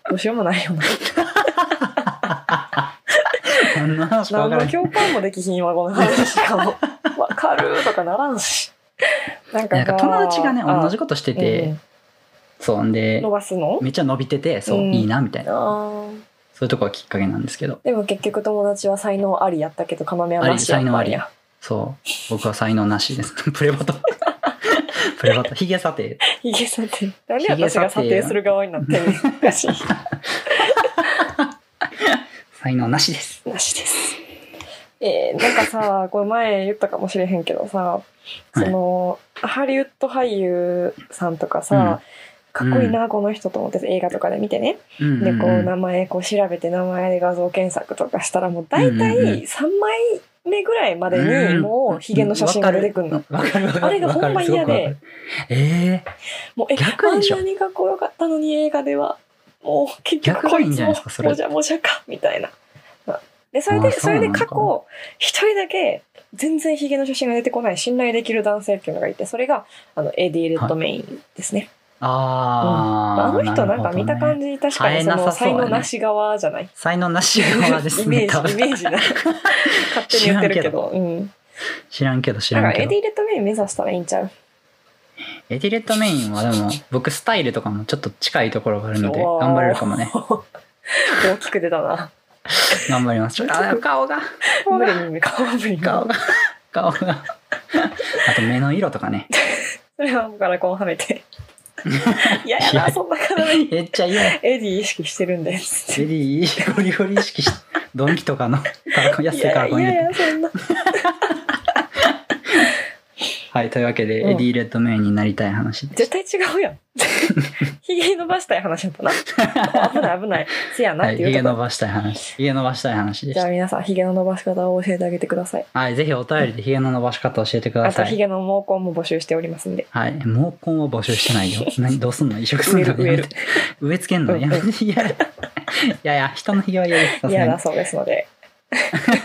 Speaker 1: どうしようもないよな。
Speaker 2: 何の話か
Speaker 1: 何の
Speaker 2: 分からない
Speaker 1: 共感もできひんわ、この話しかも。わかるとかならんし。なんか
Speaker 2: なんか友達がね同じ
Speaker 1: こ
Speaker 2: ことして
Speaker 1: と
Speaker 2: て、そうんで
Speaker 1: 伸ばすの
Speaker 2: めっちゃ伸びててそう、
Speaker 1: うん
Speaker 2: いいなみたいな
Speaker 1: あー
Speaker 2: そういうとこがきっかけなんですけど
Speaker 1: でも結局友達は才能ありやったけど、要はなしやったんや。
Speaker 2: あり才能ありそう僕は才能なしです [LAUGHS] プレバトプレバトヒゲ査定
Speaker 1: ヒゲ査定。なんで私が査定する側になって
Speaker 2: [LAUGHS]
Speaker 1: んのおかしい
Speaker 2: 才能なしです
Speaker 1: なしです。えー、なんかさ、これ前言ったかもしれへんけどさ、その、ハリウッド俳優さんとかさ、かっこいいな、この人と思って映画とかで見てね。
Speaker 2: うんうんう
Speaker 1: で、
Speaker 2: ん
Speaker 1: こう名前こう調べて名前で画像検索とかしたらもう大体
Speaker 2: うんうんうん
Speaker 1: 3枚目ぐらいまで
Speaker 2: う
Speaker 1: に
Speaker 2: ん
Speaker 1: もうヒゲの写真が出てくるの。
Speaker 2: わかるわかる。
Speaker 1: あれがほんま嫌で
Speaker 2: わかる。ええ
Speaker 1: もうえ、
Speaker 2: 逆
Speaker 1: あ
Speaker 2: でし
Speaker 1: ん
Speaker 2: ょ
Speaker 1: なにかっこよかったのに映画では、もう結局
Speaker 2: 逆
Speaker 1: こ
Speaker 2: がいいん
Speaker 1: い
Speaker 2: じ
Speaker 1: つ
Speaker 2: ゃない
Speaker 1: も
Speaker 2: ですかそれ
Speaker 1: もじゃもじゃか、みたいな。で、それ
Speaker 2: あ
Speaker 1: で、
Speaker 2: そ
Speaker 1: そう
Speaker 2: な
Speaker 1: れ
Speaker 2: の
Speaker 1: で
Speaker 2: か
Speaker 1: 過去、一人だけ全然ヒゲの写真が出てこない信頼できる男性っていうのがいて、それが、あの、エディ・レッドメインですね。
Speaker 2: ああ、
Speaker 1: あの人なんか見た
Speaker 2: じ。
Speaker 1: 感じ、確かにそ
Speaker 2: 生えな
Speaker 1: の
Speaker 2: さそう
Speaker 1: 才
Speaker 2: やね
Speaker 1: 能なし側じゃ
Speaker 2: [LAUGHS]
Speaker 1: ない。
Speaker 2: 才能なし側です
Speaker 1: イメ
Speaker 2: ね。
Speaker 1: ージ、イメージな。勝手に言ってるけど。うん。
Speaker 2: 知らんけど知
Speaker 1: だからら
Speaker 2: んけ
Speaker 1: エ
Speaker 2: ど
Speaker 1: デ。ィ・レッドメイン目指したらいいんちゃう
Speaker 2: エディレットメインはでも、僕スタイルとかもちょっと近いところがあるので、
Speaker 1: おー
Speaker 2: 頑張れるかもね。
Speaker 1: 大きく出たな。
Speaker 2: 頑張
Speaker 1: [LAUGHS]
Speaker 2: ります。あ、でも顔が、顔
Speaker 1: 無理
Speaker 2: が、
Speaker 1: 無理、顔無理。
Speaker 2: 顔
Speaker 1: [LAUGHS]
Speaker 2: が、顔が。あと目の色とかね。
Speaker 1: それはもうからこうはめ
Speaker 2: [LAUGHS]
Speaker 1: て。いやや
Speaker 2: いや
Speaker 1: な、そんな体に。
Speaker 2: めっちゃ嫌や。
Speaker 1: エディ意識してるんです。
Speaker 2: エディ、ゴリゴリ
Speaker 1: [LAUGHS]
Speaker 2: 意識し、ドンキとかの、からこ安
Speaker 1: い
Speaker 2: いから
Speaker 1: やい
Speaker 2: こに入れ
Speaker 1: や
Speaker 2: て。
Speaker 1: いや、そんな。
Speaker 2: はい、というわけで、
Speaker 1: うん
Speaker 2: エディレッドメインになりたい話で
Speaker 1: 絶
Speaker 2: した。
Speaker 1: 対違う
Speaker 2: [LAUGHS]
Speaker 1: やん。ひげ伸ばしたい話だったな。危ない危ない。せやな
Speaker 2: は
Speaker 1: っ
Speaker 2: い、
Speaker 1: て
Speaker 2: ヒ
Speaker 1: いう
Speaker 2: ゲ
Speaker 1: と
Speaker 2: 伸
Speaker 1: こ。
Speaker 2: ばしたい話。ヒゲ伸ばしたい話
Speaker 1: じ
Speaker 2: でし
Speaker 1: ゃあ
Speaker 2: た。
Speaker 1: 皆さん、ひげの伸ばし方を教えてあげてください。
Speaker 2: はい、ぜひお便りでヒゲの伸ばし方教えてくだ
Speaker 1: あと、
Speaker 2: さ
Speaker 1: ひ
Speaker 2: い。
Speaker 1: げの毛根も募集しておりますんで。
Speaker 2: はい、毛根は募集してな
Speaker 1: [LAUGHS]
Speaker 2: いよ。何、どうすんの移植すんの
Speaker 1: 植える
Speaker 2: やめて植え付けんのやめて。いやいやいや、人のヒゲは嫌です。さすが
Speaker 1: 嫌
Speaker 2: に
Speaker 1: だそうですの
Speaker 2: [LAUGHS]
Speaker 1: で。 [LAUGHS]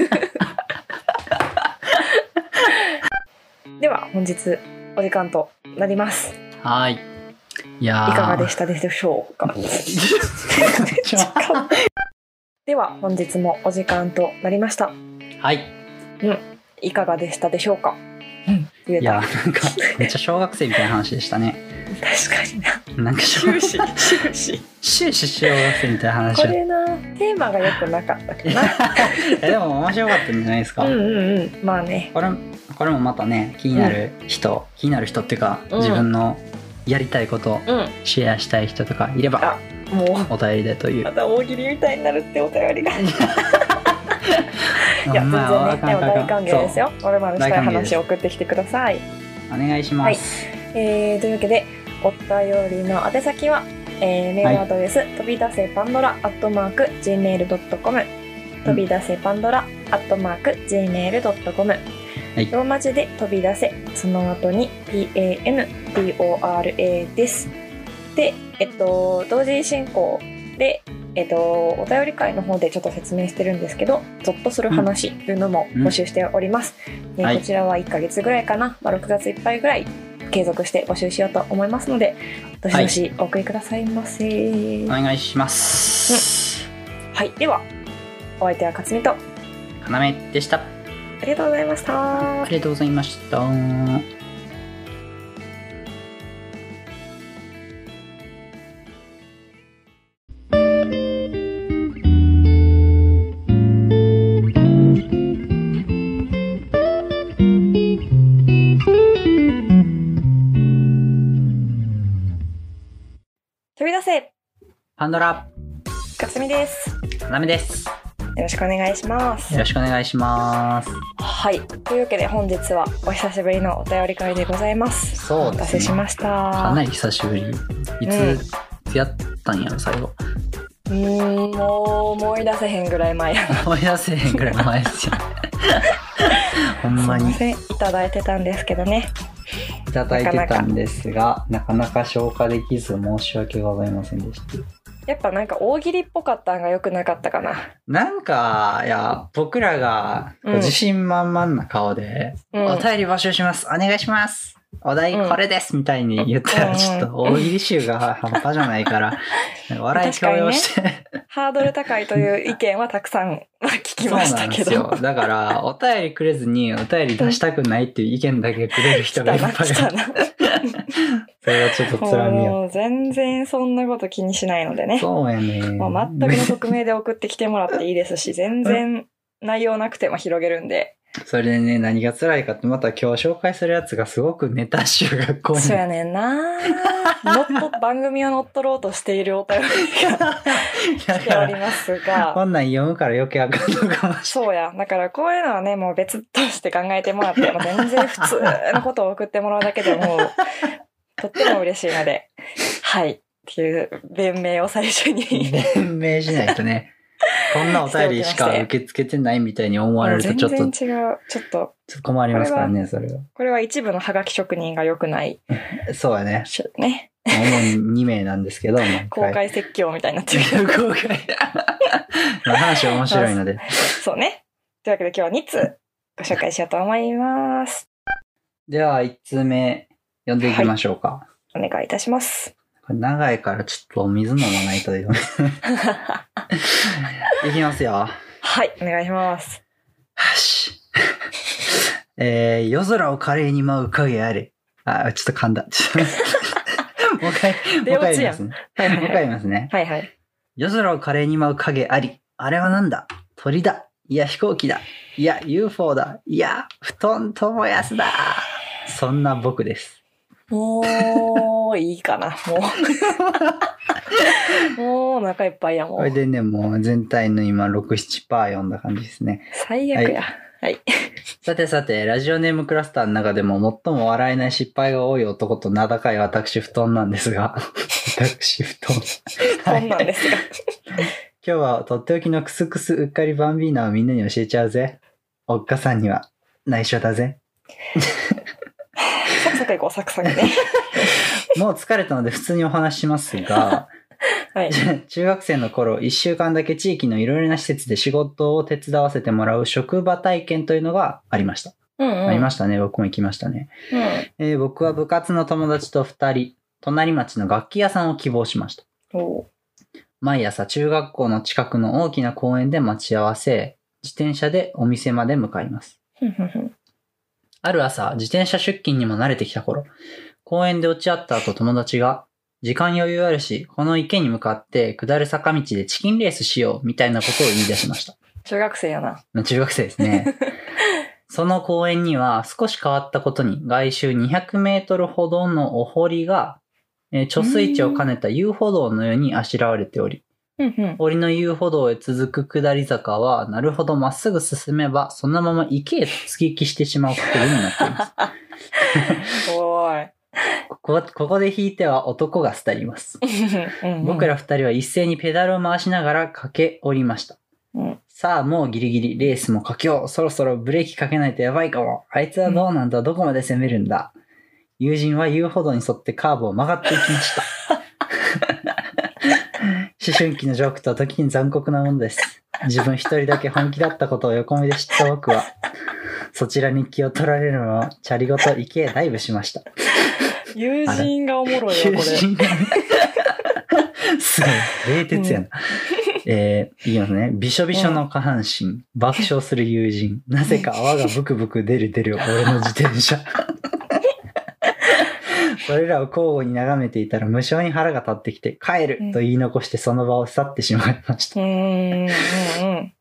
Speaker 1: では、本日、お時間となります。
Speaker 2: はい。いや
Speaker 1: いかがで
Speaker 2: し
Speaker 1: したでしょうか。
Speaker 2: た
Speaker 1: [LAUGHS] では本日もお時間となりました
Speaker 2: [LAUGHS] はい。
Speaker 1: いかがでしたでしょうか、言え
Speaker 2: い
Speaker 1: た
Speaker 2: や、なんか、めっちゃ小学生みたいな話でしたね。
Speaker 1: 確かにな
Speaker 2: なんか小
Speaker 1: 終
Speaker 2: 学
Speaker 1: 始
Speaker 2: 生、
Speaker 1: 終始
Speaker 2: 終始小学生みたいな話
Speaker 1: こ
Speaker 2: を。い
Speaker 1: れなテーマが良くなかったか
Speaker 2: [LAUGHS] やでも面白かったんじゃないですか。
Speaker 1: なうんうんうんまあね
Speaker 2: これこれもまたね気になる人、気になる人っていうか、
Speaker 1: うん
Speaker 2: 自分のやりたいこと
Speaker 1: うん
Speaker 2: シェアしたい人とかいれ
Speaker 1: あ
Speaker 2: ば
Speaker 1: もう
Speaker 2: お便りでという
Speaker 1: ま。た大喜利みたいになるってお便り [LAUGHS] がいや全然ね、
Speaker 2: まああかん
Speaker 1: で
Speaker 2: あ
Speaker 1: も
Speaker 2: かんあか
Speaker 1: 大歓
Speaker 2: ん
Speaker 1: 迎ですよまるまるしたい
Speaker 2: 大歓迎です
Speaker 1: 話を送ってきてください
Speaker 2: そうお願いします。
Speaker 1: えー、というわけでお便りの宛先は、えーメールアドレス、飛び出せパンドラアットマーク Gmail.com 飛び出せパンドラアットマーク Gmail.com、
Speaker 2: い
Speaker 1: ローマ字で飛び出せその後に PANDORA ですでえっと同時進行でえっと、お便り会の方でちょっと説明してるんですけど、ゾッとする話というのも募集しております。えー
Speaker 2: はい
Speaker 1: こちらは1ヶ月ぐらいかな、まあ、6月いっぱいぐらい継続して募集しようと思いますので、どしどしお送りくださいませ。
Speaker 2: お
Speaker 1: はい、
Speaker 2: 願いします。
Speaker 1: では、お相手は勝美と、あ
Speaker 2: かなめでした。
Speaker 1: りがとうございました
Speaker 2: あ。りがとうございました。
Speaker 1: 飛び出せ、
Speaker 2: パンドラ
Speaker 1: 勝美です。よ
Speaker 2: かなめです。
Speaker 1: ろしくお願いします
Speaker 2: よ。ろしくお願いします。
Speaker 1: はい、というわけで本日はお久しぶりのお便り会でございます。
Speaker 2: そう
Speaker 1: お待
Speaker 2: で
Speaker 1: た
Speaker 2: すね
Speaker 1: せしました。
Speaker 2: かなり久しぶり。いつやったんやろ最後。 [LAUGHS]
Speaker 1: うーん、もう思い出せへんぐらい前や
Speaker 2: 思い出せへんぐらい前ですよ。
Speaker 1: [LAUGHS]
Speaker 2: ほんます
Speaker 1: い
Speaker 2: に
Speaker 1: ま。せんいただいてたんですけどね
Speaker 2: いただいてたんですが、なかなか消化できず申し訳ございませんでした。
Speaker 1: やっぱなんか大喜利っぽかったんが良くなかったかな
Speaker 2: なんか、いや、僕らがこ
Speaker 1: う
Speaker 2: う
Speaker 1: ん
Speaker 2: 自信満々な顔で、
Speaker 1: うん
Speaker 2: お便り募集します、お願いします、お題
Speaker 1: うん
Speaker 2: これです、みたいに言っ
Speaker 1: う
Speaker 2: たら、
Speaker 1: ん
Speaker 2: ちょっと大喜利集が半端じゃな
Speaker 1: [LAUGHS]
Speaker 2: いから、笑い強要して、
Speaker 1: ハードル高いという意見はたくさん聞き
Speaker 2: そう
Speaker 1: まし
Speaker 2: な
Speaker 1: た
Speaker 2: ん
Speaker 1: けど
Speaker 2: ですよ。だから、お便りくれずに、お便り出したくないっていう意見だけくれる人がいっ
Speaker 1: 来たな
Speaker 2: ぱいい
Speaker 1: 来たな
Speaker 2: それはちょっと辛みよ。
Speaker 1: もう全然そんなこと気にしないのでね
Speaker 2: そうやね。
Speaker 1: もう全くの匿名で送ってきてもらっていいですし全然内容なくても広げるんで
Speaker 2: [LAUGHS] それでね、何が辛いかって、また今日紹介するやつがすごくネタ集が濃い。
Speaker 1: そうやねんな乗っと番組を乗っ取ろうとしているお便りが
Speaker 2: [LAUGHS] だ
Speaker 1: 来
Speaker 2: か
Speaker 1: ており
Speaker 2: ら、
Speaker 1: ます
Speaker 2: [LAUGHS]
Speaker 1: が
Speaker 2: こんなん読むから余計あかんのかもし
Speaker 1: そうや。だからこういうのはね、もう別として考えてもら
Speaker 2: [LAUGHS]
Speaker 1: って、もう全然普通のことを送ってもらうだけでもう、とっても嬉しいので。はい。っていう弁明を最初に。
Speaker 2: 弁明しないと [LAUGHS] ね、こんなお便りしか受け付けてないみたいに思われるとちょっと、
Speaker 1: 全
Speaker 2: ちょ
Speaker 1: 然違う。ちょっと、
Speaker 2: っと困りますからね、それは。
Speaker 1: これは一部のハガキ職人が良くない、
Speaker 2: そうやね。
Speaker 1: ちょね、
Speaker 2: 主に2名なんです [LAUGHS] けど、毎回
Speaker 1: 公開説教みたいになってるけど。
Speaker 2: 公開。 [LAUGHS] まあ話面白いので。
Speaker 1: そうね。というわけで今日は2通ご紹介しようと思います。
Speaker 2: では、1通目、読んでいきましょうか。
Speaker 1: お願いいたします。
Speaker 2: これ長いからちょっとお水飲まないといけ [LAUGHS] ない。
Speaker 1: はい、
Speaker 2: きますよ。はい
Speaker 1: お願いします。
Speaker 2: し。えー、夜空を華麗に舞う影あれ。あ、ちょっと噛
Speaker 1: [LAUGHS]
Speaker 2: んだ。ちょっともう一回、もう
Speaker 1: 出
Speaker 2: 一回
Speaker 1: 落ち
Speaker 2: 言い
Speaker 1: や
Speaker 2: ま
Speaker 1: ん
Speaker 2: すね。
Speaker 1: はい
Speaker 2: もう一回言いますね。
Speaker 1: はいはい。
Speaker 2: 夜空を華麗に舞う影あり。あれはなんだ鳥だ。いや、飛行機だ。いや、UFO だ。いや、布団ともやすだ。そんな僕です。
Speaker 1: もう、いいかな、も [LAUGHS] う。もう、お腹いっぱいやも
Speaker 2: これ
Speaker 1: ん。
Speaker 2: でね、もう全体の今、6、7%読んだ感じですね。
Speaker 1: 最悪や。はい。
Speaker 2: さてさて、ラジオネームクラスターの中でも最も笑えない失敗が多い男と名高い私布団なんです
Speaker 1: [LAUGHS]
Speaker 2: が、私布団。
Speaker 1: そんなん
Speaker 2: はい
Speaker 1: ですが。
Speaker 2: 今日はとっておきのクスクスうっかりバンビーナをみんなに教えちゃうぜ。おっかさんには内緒だぜ。
Speaker 1: サクサクいこう、サクサクね。
Speaker 2: もう疲れたので普通にお話しします
Speaker 1: [LAUGHS]
Speaker 2: が、
Speaker 1: はい。
Speaker 2: 中学生の頃、1週間だけ地域のいろいろな施設で仕事を手伝わせてもらう職場体験というのがありました。
Speaker 1: うんうん。
Speaker 2: ありま
Speaker 1: し
Speaker 2: したね。僕も行きましたね。
Speaker 1: た。うん。
Speaker 2: えー僕は部活の友達と2人、隣町の楽器屋さんを希望しました。
Speaker 1: おう
Speaker 2: 毎朝中学校の近くの大きな公園で待ち合わせ、自転車でお店まで向かいます。
Speaker 1: ふんふんふん
Speaker 2: ある朝、自転車出勤にも慣れてきた頃、公園で落ち合った後友達が、時間余裕あるし、この池に向かって下る坂道でチキンレースしよう、みたいなことを言い出しました。
Speaker 1: 中学生やな。
Speaker 2: まあ中学生ですね。その公園には少し変わったことに外周200メートルほどのお堀が、えー貯水池を兼ねた遊歩道のようにあしらわれており、
Speaker 1: うんうん。
Speaker 2: 堀の遊歩道へ続く下り坂は、なるほどまっすぐ進めば、そのまま池へ突撃してしまうことになっています。
Speaker 1: おーい。
Speaker 2: ここここで引いては男が廃ります。
Speaker 1: うんうん
Speaker 2: 僕ら二人は一斉にペダルを回しながら駆け下りました。
Speaker 1: うん
Speaker 2: さあ、もうギリギリ、レースも佳境、そろそろブレーキかけないとやばいかも。あいつはどうなんだ、どこまで攻めるんだ。友人は遊歩道に沿ってカーブを曲がっていきま
Speaker 1: [LAUGHS]
Speaker 2: した。思春期のジョークとは時に残酷なものです。自分一人だけ本気だったことを横目で知った僕は、そちらに気を取られるのをチャリごと池へダイブしました。
Speaker 1: 友人がおもろいよ、こ
Speaker 2: 友
Speaker 1: れ。
Speaker 2: 人が [LAUGHS] すごい。冷徹やな。えー、いきますね。びしょびしょの下半身、爆笑する友人、なぜか泡がブクブク出る出る俺の自転
Speaker 1: [LAUGHS]
Speaker 2: 車。俺らを交互に眺めていたら無性に腹が立ってきて、帰ると言い残してその場を去ってしまいました。
Speaker 1: うーんうん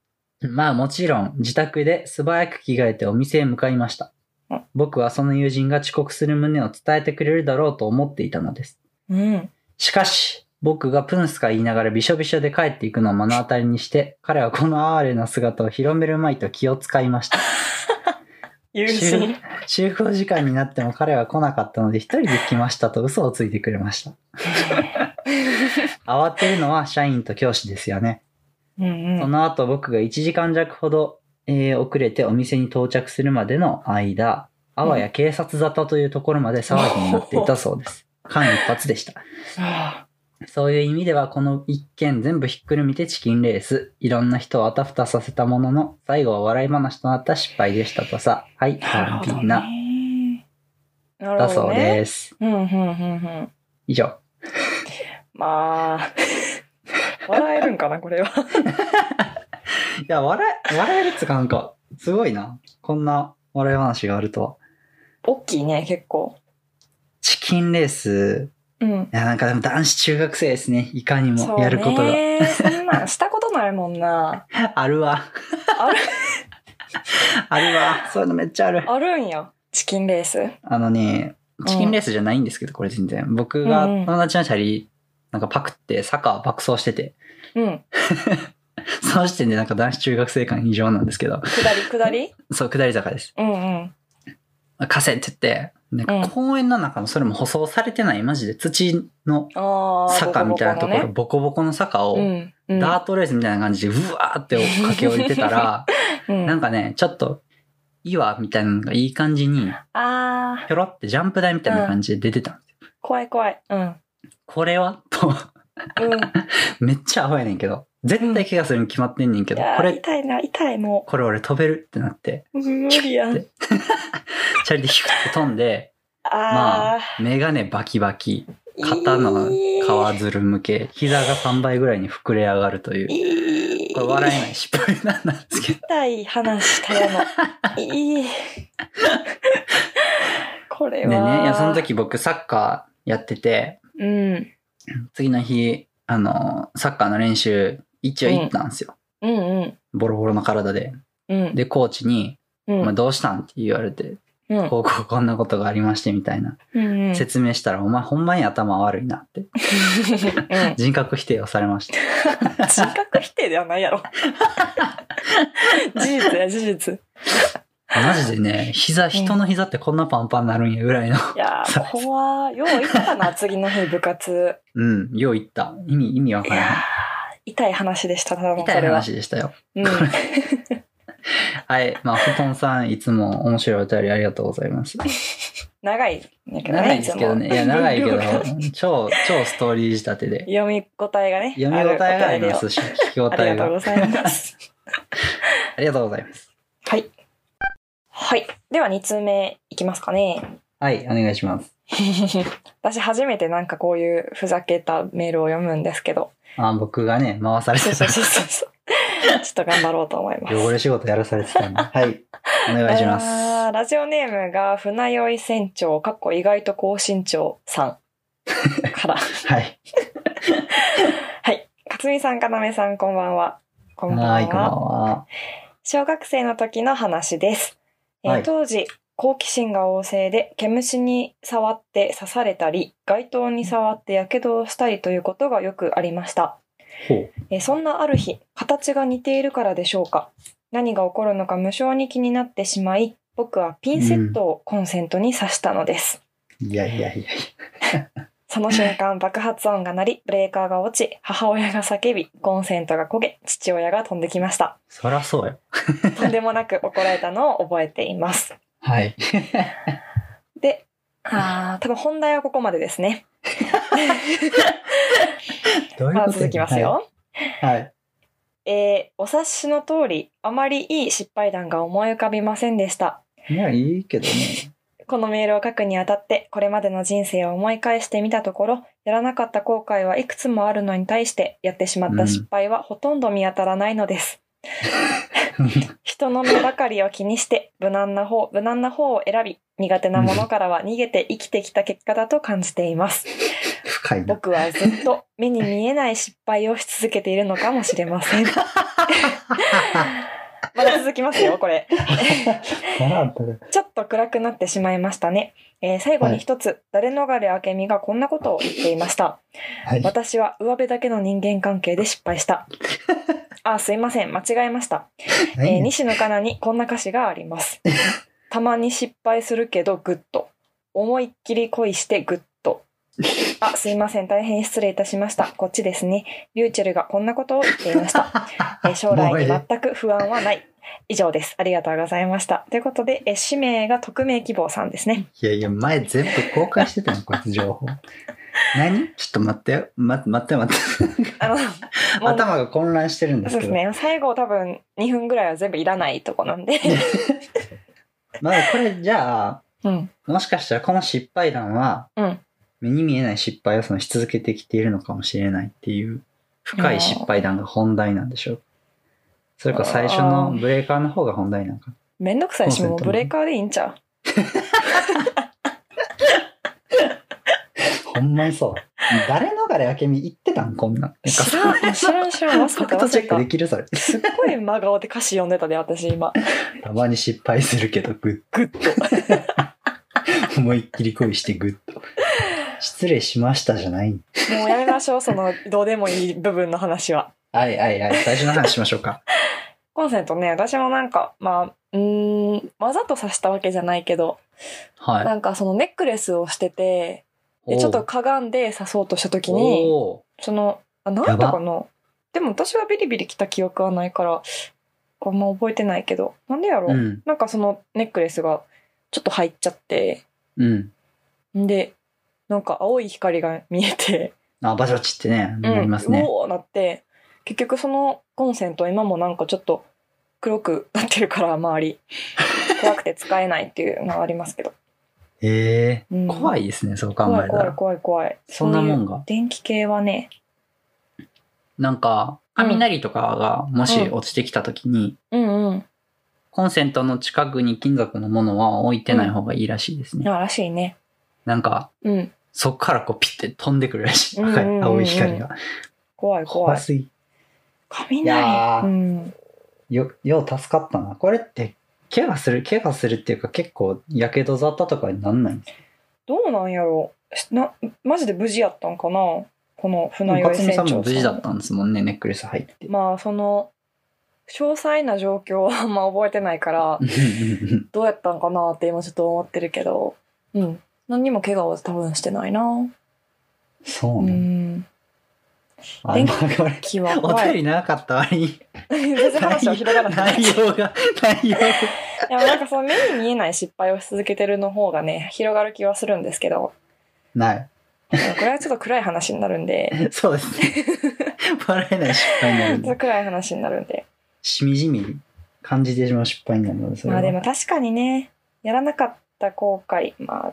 Speaker 1: うん。
Speaker 2: まあもちろん自宅で素早く着替えてお店へ向かいました
Speaker 1: うん。
Speaker 2: 僕はその友人が遅刻する旨を伝えてくれるだろうと思っていたのです。
Speaker 1: うん。
Speaker 2: しかし、僕がプンスカ言いながらびしょびしょで帰っていくのを目の当たりにして、彼はこの哀れな姿を広めるまいと気を使い
Speaker 1: [LAUGHS]
Speaker 2: ました。
Speaker 1: 友
Speaker 2: 集
Speaker 1: 人。
Speaker 2: 集合時間になっても彼は来なかったので一人で来ましたと嘘をついてくれました。慌てるのは社員と教師ですよね。
Speaker 1: うんう
Speaker 2: そ
Speaker 1: ん。
Speaker 2: の後僕が1時間弱ほど、えー遅れてお店に到着するまでの間、あわや警察沙汰というところまで騒ぎになっていたそう
Speaker 1: [LAUGHS]
Speaker 2: です。間一髪でした。
Speaker 1: あ
Speaker 2: そういう意味では、この一件全部ひっくるめてチキンレース。いろんな人をあたふたさせたものの、最後は笑い話となった失敗でしたとさ。はい、
Speaker 1: あなる
Speaker 2: ハ
Speaker 1: ほ
Speaker 2: ッピ
Speaker 1: ど
Speaker 2: ー
Speaker 1: ね
Speaker 2: な。。
Speaker 1: なる
Speaker 2: だ
Speaker 1: ほ
Speaker 2: そ
Speaker 1: ど
Speaker 2: う
Speaker 1: ね。
Speaker 2: です。
Speaker 1: うんうんうんうん。
Speaker 2: 以上。
Speaker 1: ま [LAUGHS] あ、笑えるんかな、これは。
Speaker 2: いや、笑え、笑えるっつうかなんか、すごいな。こんな笑い話があるとは。
Speaker 1: 大きいね、結構。
Speaker 2: チキンレース、
Speaker 1: うん。
Speaker 2: いや、なんかでも男子中学生ですね。いかに
Speaker 1: そ
Speaker 2: も
Speaker 1: う
Speaker 2: やることが。
Speaker 1: ね。そんなんしたことないもんな。
Speaker 2: あるわ。
Speaker 1: ある、 [LAUGHS]
Speaker 2: あるわ。そういうのめっちゃある。
Speaker 1: あるんや。チキンレース。
Speaker 2: あのね、チキンレースじゃないんですけど、これ全然。僕が
Speaker 1: うんうん
Speaker 2: 友達のチャリ、なんかパクって、サッカー爆走してて、
Speaker 1: うん。
Speaker 2: その時点でなんか男子中学生感異常なんですけど、
Speaker 1: 下り、下り
Speaker 2: そう、下り坂です。
Speaker 1: うんうん。
Speaker 2: 貸せって言って、なん
Speaker 1: う
Speaker 2: か
Speaker 1: ん
Speaker 2: 公園の中のそれも舗装されてない、マジで土の
Speaker 1: ああ。
Speaker 2: 坂みたいなところ、
Speaker 1: ボ
Speaker 2: ボコボコの坂
Speaker 1: コボコの
Speaker 2: を、
Speaker 1: ね。うん。
Speaker 2: ダートレースみたいな感じで、うわーって駆け下りてたら、
Speaker 1: [LAUGHS] うん。
Speaker 2: なんかね、ちょっと、岩みたいなのがいい感じに、
Speaker 1: ああ。
Speaker 2: ひょろってジャンプ台みたいな感じで出てたんですよ。
Speaker 1: 怖い怖い。うん。
Speaker 2: これはと、 [LAUGHS]
Speaker 1: うん。
Speaker 2: めっちゃアホやねんけど。絶対怪我するに決まってんねんけ
Speaker 1: い
Speaker 2: ど、
Speaker 1: や
Speaker 2: こ
Speaker 1: ー
Speaker 2: れ、
Speaker 1: 痛いな、痛い、も
Speaker 2: これ俺飛べるってなって、
Speaker 1: う。無理やん。
Speaker 2: チャリでヒュッて飛んで、ま
Speaker 1: あ
Speaker 2: あ、メガネバキバキ、
Speaker 1: ー。
Speaker 2: 肩の
Speaker 1: いい
Speaker 2: 皮ずる向け、膝が3倍ぐらいに膨れ上がるという、
Speaker 1: いい。
Speaker 2: これ笑えない失敗なん
Speaker 1: [LAUGHS]
Speaker 2: ですけど、
Speaker 1: 痛い話たや
Speaker 2: [LAUGHS]
Speaker 1: の。いい。これ
Speaker 2: で
Speaker 1: は。
Speaker 2: ね、いや、その。時僕サッカーやってて、
Speaker 1: うん。
Speaker 2: 次の日、あの、サッカーの練習、一応行ったんですよ。
Speaker 1: うんうん。
Speaker 2: ボロボロの体で。
Speaker 1: うん。
Speaker 2: で、コーチに、
Speaker 1: うん、
Speaker 2: まあ、どうしたんって言われて、
Speaker 1: うん
Speaker 2: こう、こう、こんなことがありまして、みたいな。
Speaker 1: うんうん。
Speaker 2: 説明したら、お前、ほんまに頭悪いなって、
Speaker 1: うん
Speaker 2: 人格否定をされました。
Speaker 1: 人格否定ではないやろ。事実や事実。
Speaker 2: マジでね、膝、人の膝ってこんなパンパンになるんや、ぐらいの。
Speaker 1: いやー、怖い。よう行ったな、次の日部活。
Speaker 2: うん、よう言った。意味、意味わ
Speaker 1: い
Speaker 2: か
Speaker 1: や
Speaker 2: ら
Speaker 1: ー痛い話でした、ただ
Speaker 2: ない。
Speaker 1: の
Speaker 2: 痛
Speaker 1: そ
Speaker 2: い
Speaker 1: れは。
Speaker 2: 話でしたよ。
Speaker 1: うん。
Speaker 2: はい。まあ、布団さん、いつも面白いお便りありがとうございます。
Speaker 1: 長いんやけどね。
Speaker 2: 長いんですけどね。いや、長いけど
Speaker 1: 分量が、
Speaker 2: 超、超ストーリー仕立てで。
Speaker 1: [LAUGHS] 読み応えがね。
Speaker 2: 読み応えがあり
Speaker 1: る
Speaker 2: ま
Speaker 1: お便
Speaker 2: すし、聞き応
Speaker 1: をあり
Speaker 2: え
Speaker 1: がとう
Speaker 2: が。
Speaker 1: ございます。
Speaker 2: ありがとうございます。
Speaker 1: はい。はい。では、2通目いきますかね。 [LAUGHS]
Speaker 2: はい、お願いします。
Speaker 1: 私初めてなんかこういうふざけたメールを読むんですけど。
Speaker 2: あ、僕がね、回され
Speaker 1: そう
Speaker 2: て
Speaker 1: そ
Speaker 2: た
Speaker 1: う。そう [LAUGHS] そう。ちょっと頑張ろうと思います。
Speaker 2: 汚れ仕事やらされてたんで。はい。お願いしま
Speaker 1: あー
Speaker 2: す。
Speaker 1: ラジオネームが船酔い船長、かっこ意外と高身長さん
Speaker 2: [LAUGHS]
Speaker 1: から。
Speaker 2: はい。
Speaker 1: はい。かつみさん、かなめさん、こんばんは。こんば
Speaker 2: は
Speaker 1: ん
Speaker 2: い、こん
Speaker 1: は。
Speaker 2: ばんは。
Speaker 1: 小学生の時の話です。えー
Speaker 2: はい
Speaker 1: 当時、好奇心が旺盛で、毛虫に触って刺されたり、街灯に触って火傷をしたりということがよくありました。
Speaker 2: ほ
Speaker 1: えーそんなある日、形が似ているからでしょうか。何が起こるのか無性に気になってしまい、僕はピンセットをコンセントに挿したのです。
Speaker 2: う。いやいやいやい
Speaker 1: その瞬間、爆発音が鳴り、ブレーカーが落ち、母親が叫び、コンセントが焦げ、父親が飛んできました。
Speaker 2: そらそうよ。
Speaker 1: とんでもなく怒られたのを覚えています。
Speaker 2: はい。
Speaker 1: で、あー多分本題はここまでですね。
Speaker 2: どういう
Speaker 1: ま
Speaker 2: こ
Speaker 1: だ
Speaker 2: と
Speaker 1: 続きますよ。。
Speaker 2: はい。はい
Speaker 1: えーお察しの通り、あまりいい失敗談が思い浮かびませんでした。
Speaker 2: いや、いいけどね。
Speaker 1: このメールを書くにあたって、これまでの人生を思い返してみたところ、やらなかった後悔はいくつもあるのに対して、やってしまった失敗はほとんど見当たらないのです。人の目ばかりを気にして、無難な方、無難な方を選び、苦手なものからは逃げて生きてきた結果だと感じています。
Speaker 2: 深
Speaker 1: [LAUGHS]
Speaker 2: いな。
Speaker 1: 僕はずっと目に見えない失敗をし続けているのかもしれません。 [LAUGHS] まだ続きますよ、これ。
Speaker 2: 笑ったね
Speaker 1: ちょっと暗くなってしまいましたね。えー最後に一つ、誰逃れ明美がこんなことを言っていました。
Speaker 2: はい。
Speaker 1: 私は上辺だけの人間関係で失敗
Speaker 2: [LAUGHS]
Speaker 1: した。あ、すいません。間違えました。えー
Speaker 2: 何
Speaker 1: 西野カナにこんな歌詞があり [LAUGHS] ます。たまに失敗するけどグッと。思いっきり恋してグッと。あ、すいません。大変失礼いたしました。こっちですね。リューチェルがこんなことを言ってい [LAUGHS] ました。えー将来に全く不安はない。以上です。ありがとうございました。ということで、えー氏名が匿名希望さんですね。
Speaker 2: いやいや、前全部公開してたの、こいつ情報。何ちょっと待ってよ。ま、待って待って。
Speaker 1: [LAUGHS] あの、もう
Speaker 2: 頭が混乱してるんで
Speaker 1: そ
Speaker 2: す
Speaker 1: うで
Speaker 2: け
Speaker 1: すね。
Speaker 2: ど。
Speaker 1: 最後多分2分ぐらいは全部いらないとこなんで。
Speaker 2: まあこれじゃあ、
Speaker 1: うん。
Speaker 2: もしかしたらこの失敗談は、
Speaker 1: うん
Speaker 2: 目に見えない失敗をそのし続けてきているのかもしれないっていう、深い失敗談が本題なんでしょう。それか最初のブレーカーの方が本題なんか。
Speaker 1: めんどくさいし、
Speaker 2: コンセ
Speaker 1: も
Speaker 2: ント
Speaker 1: う
Speaker 2: ね
Speaker 1: ブレーカーでいいんちゃう
Speaker 2: ほんまにそう。誰逃れ明美言ってたんこんなん。
Speaker 1: 知らん、知らん、知らん、忘
Speaker 2: ファ
Speaker 1: れた、
Speaker 2: クトチェック
Speaker 1: 忘
Speaker 2: で
Speaker 1: れ
Speaker 2: きるそれ。
Speaker 1: た。すっごい真顔で歌詞読んでたで、私今。
Speaker 2: たまに失敗するけど、グ
Speaker 1: グッと。
Speaker 2: ッと。思いっきり恋してグッと。失礼しましたじゃない。
Speaker 1: もうやめましょう、その、どうでもいい部分の話は。
Speaker 2: はいはいはい。最初の話しましょうか。
Speaker 1: コンセントね、私もなんか、まあ、うーん、わざと刺したわけじゃないけど、
Speaker 2: はい。
Speaker 1: なんかそのネックレスをしてて、で、ちょっとかがんで刺そうとした時
Speaker 2: おー
Speaker 1: に、
Speaker 2: お
Speaker 1: その、あなんだかなでも私はビリビリ来た記憶はないから、あんま覚えてないけど、なんでやろ
Speaker 2: ー。
Speaker 1: う、
Speaker 2: うん。
Speaker 1: なんかそのネックレスがちょっと入っちゃって、
Speaker 2: うん。
Speaker 1: んで、なんか青い光が見えて、
Speaker 2: あ、バチバチってね、
Speaker 1: うん
Speaker 2: なりますね。
Speaker 1: うおーなって、結局そのコンセントは今もなんかちょっと黒くなってるから、周
Speaker 2: [LAUGHS]
Speaker 1: り。怖くて使えないっていうのはありますけど。
Speaker 2: へえ、
Speaker 1: うん
Speaker 2: 怖いですね、そう考
Speaker 1: 怖
Speaker 2: え
Speaker 1: い
Speaker 2: た
Speaker 1: 怖い
Speaker 2: ら。
Speaker 1: 怖い怖い。
Speaker 2: そんなも
Speaker 1: そうんいう
Speaker 2: が。
Speaker 1: 電気系はね、
Speaker 2: なんか、雷とかがもし落ちてきた時に、
Speaker 1: うんうん。
Speaker 2: コンセントの近くに金属のものは置いてない方がいいらしいですね。
Speaker 1: あらしいね。
Speaker 2: なんか、
Speaker 1: うん。
Speaker 2: そっからこうピッて飛んでくるらしい。
Speaker 1: うんうんうん
Speaker 2: 赤
Speaker 1: うん
Speaker 2: い、青い光が。
Speaker 1: 怖い怖
Speaker 2: 怖
Speaker 1: い。
Speaker 2: すぎ。いや
Speaker 1: 雷。
Speaker 2: ー
Speaker 1: うん。
Speaker 2: よ、よう助かったな。これって、怪我する、怪我するっていうか結構、やけどざったとかになんないんですか
Speaker 1: どうなんやろうしな、マジで無事やったんかなこの船酔い
Speaker 2: 克
Speaker 1: 船
Speaker 2: 美
Speaker 1: 長
Speaker 2: さんも無事だったんですもんね、ネックレス入って。
Speaker 1: まあ、その、詳細な状況はあんま覚えてないから、どうやったんかなって今ちょっと思ってるけど、うん。何にも怪我は多分してないな。
Speaker 2: [LAUGHS] そう
Speaker 1: う
Speaker 2: ね。
Speaker 1: ん。
Speaker 2: あ、まあこれ、
Speaker 1: 気は
Speaker 2: お
Speaker 1: 怖
Speaker 2: 便
Speaker 1: い。
Speaker 2: り長かった割に。
Speaker 1: 全然話は広がらない。
Speaker 2: 内
Speaker 1: い
Speaker 2: 容が、内容が。
Speaker 1: や、なんかその目に見えない失敗をし続けてるの方がね、広がる気はするんですけ
Speaker 2: [LAUGHS]
Speaker 1: ど、
Speaker 2: ない。
Speaker 1: これはちょっと暗い話になるんで、
Speaker 2: そうですね。
Speaker 1: [LAUGHS]
Speaker 2: 笑えない失敗になるん
Speaker 1: ちょっと
Speaker 2: で。
Speaker 1: 暗い話になるんで。
Speaker 2: しみじみ感じてしまう失敗になるので、それ
Speaker 1: まあ
Speaker 2: は。
Speaker 1: でも確かにね、やらなかった後悔、まあ、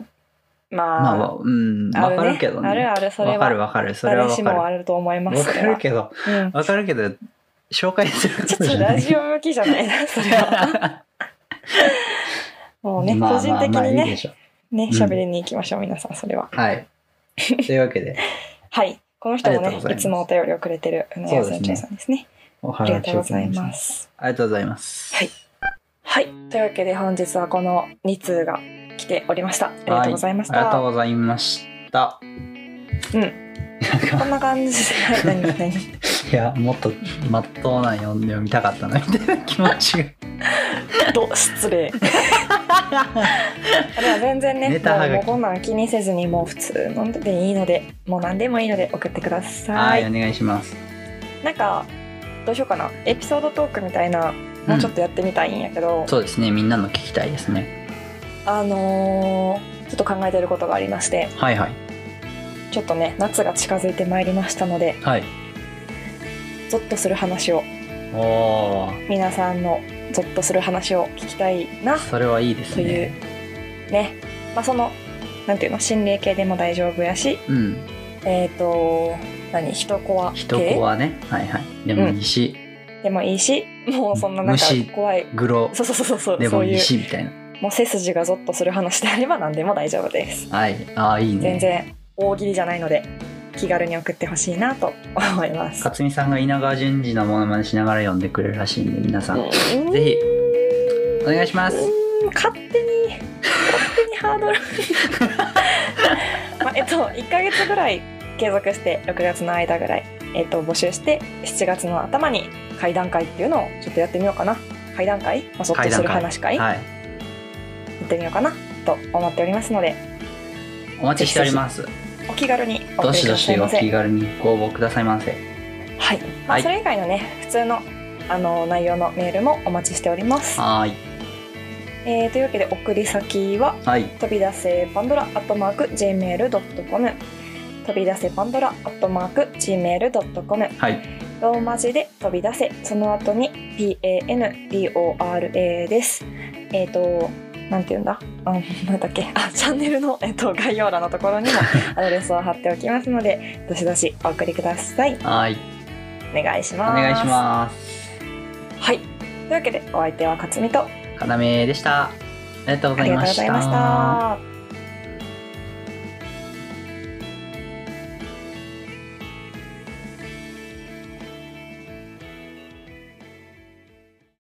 Speaker 1: まあ、
Speaker 2: まあ、うん、
Speaker 1: あ
Speaker 2: わ
Speaker 1: る
Speaker 2: かるけどね。
Speaker 1: あるある、それ
Speaker 2: わかる
Speaker 1: は。
Speaker 2: わかる。それは
Speaker 1: 誰
Speaker 2: わ
Speaker 1: しも
Speaker 2: か
Speaker 1: あ
Speaker 2: る。
Speaker 1: ると思います。
Speaker 2: わかる
Speaker 1: そ
Speaker 2: けど、
Speaker 1: れはうん。
Speaker 2: わかるけど、紹介するこ
Speaker 1: ち
Speaker 2: と
Speaker 1: ょっ
Speaker 2: じ
Speaker 1: と
Speaker 2: ゃな
Speaker 1: ラ
Speaker 2: い。
Speaker 1: ジオ向きじゃないな、それは。もうね、
Speaker 2: まあ
Speaker 1: 個人的
Speaker 2: まあまあ
Speaker 1: に
Speaker 2: い
Speaker 1: ね、
Speaker 2: いでしょう
Speaker 1: ね、
Speaker 2: うん
Speaker 1: 喋りに行きましょう、皆さん、それは。
Speaker 2: はい。というわけで、
Speaker 1: はい。この人も
Speaker 2: ありがとうござ
Speaker 1: ね、
Speaker 2: い
Speaker 1: い
Speaker 2: ま
Speaker 1: つ
Speaker 2: す
Speaker 1: もお便りをくれてる、うなや船長さんですね。
Speaker 2: お
Speaker 1: あ
Speaker 2: 話
Speaker 1: り
Speaker 2: を
Speaker 1: がとうござい
Speaker 2: 聞てみ
Speaker 1: ま
Speaker 2: し
Speaker 1: す。
Speaker 2: た。ありがとうございます。
Speaker 1: はいはい。というわけで、本日はこの2通が来ておりました。ありがとうございまし
Speaker 2: ありがとう
Speaker 1: た。
Speaker 2: ございました。
Speaker 1: うん
Speaker 2: なんか
Speaker 1: こんな感じで、はい何何
Speaker 2: いやもっとまっとうな読んでみたかったなみたいな気持ち
Speaker 1: [LAUGHS]
Speaker 2: が
Speaker 1: ど失
Speaker 2: [LAUGHS]
Speaker 1: 礼あでも全然ね
Speaker 2: ネタはがき
Speaker 1: もうこんなん気にせずにもう普通飲んでていいのでもう何でもいいので送ってくださ
Speaker 2: はいいお願いします
Speaker 1: なんかどうしようかなエピソードトークみたいなもうちょっとやってみたいんやけど、
Speaker 2: そうですねみんなの聞きたいですね
Speaker 1: あのーちょっと考えてることがありまして
Speaker 2: はいはい
Speaker 1: ちょっとね夏が近づいてまいりましたので
Speaker 2: はい
Speaker 1: ゾッとする話を
Speaker 2: お
Speaker 1: 皆さんのゾッとする話を聞きたいな
Speaker 2: ーそれはいいですね
Speaker 1: ねまあそのなんていうの心霊系でも大丈夫やし
Speaker 2: うん
Speaker 1: えっ、と何人コア
Speaker 2: 人
Speaker 1: 系
Speaker 2: 子はねはいはいでもいいし、
Speaker 1: でもいいしもうそんななんか
Speaker 2: 虫
Speaker 1: 怖い
Speaker 2: グロ
Speaker 1: そうそうそうそう
Speaker 2: で
Speaker 1: そ
Speaker 2: も
Speaker 1: う
Speaker 2: い
Speaker 1: い
Speaker 2: いうしみたいな
Speaker 1: もう背筋がゾッとする話であれば何でも大丈夫です
Speaker 2: はいああいいね
Speaker 1: 全然大喜利じゃないので気軽に送ってほしいなと思います
Speaker 2: 勝美さんが稲川淳二のモノマネしながら読んでくれるらしいんで皆さん、
Speaker 1: うん
Speaker 2: ぜひお願いします
Speaker 1: うん勝手に勝手にハードル [LAUGHS] まあえっと1ヶ月ぐらい継続して6月の間ぐらい、えっと、募集して7月の頭に会談会っていうのをちょっとやってみようかな会談会、まあ、そっとする話会や
Speaker 2: はい
Speaker 1: ってみようかなと思っておりますので
Speaker 2: お待ちしております
Speaker 1: お気軽にお
Speaker 2: ど
Speaker 1: 送り
Speaker 2: し
Speaker 1: くださ
Speaker 2: どし
Speaker 1: い
Speaker 2: お
Speaker 1: ませ
Speaker 2: 気軽にご応募くださいませ
Speaker 1: はい、ま
Speaker 2: は
Speaker 1: あ、
Speaker 2: い
Speaker 1: それ以外のね普通のあの内容のメールもお待ちしております、
Speaker 2: はーい
Speaker 1: えーというわけで送り先は
Speaker 2: はい
Speaker 1: 飛び出せパンドラアットマーク Gmail.com 飛び出せパンドラアットマーク Gmail.com
Speaker 2: はい
Speaker 1: ローマ字で飛び出せその後に PANDORA ですえっ、となんて言うんだあなんだっけあチャンネルの、えっと概要欄のところ
Speaker 2: [LAUGHS]
Speaker 1: にもアドレスを貼っておきますのでどしどしお送りください
Speaker 2: はい、
Speaker 1: お願いし
Speaker 2: お
Speaker 1: ます
Speaker 2: 願いします。
Speaker 1: すはいというわけでお相手は勝美と
Speaker 2: かなめでした。ありがとうご
Speaker 1: あ
Speaker 2: ざ
Speaker 1: り
Speaker 2: い
Speaker 1: がと
Speaker 2: ま
Speaker 1: うご
Speaker 2: し。
Speaker 1: ざいましたた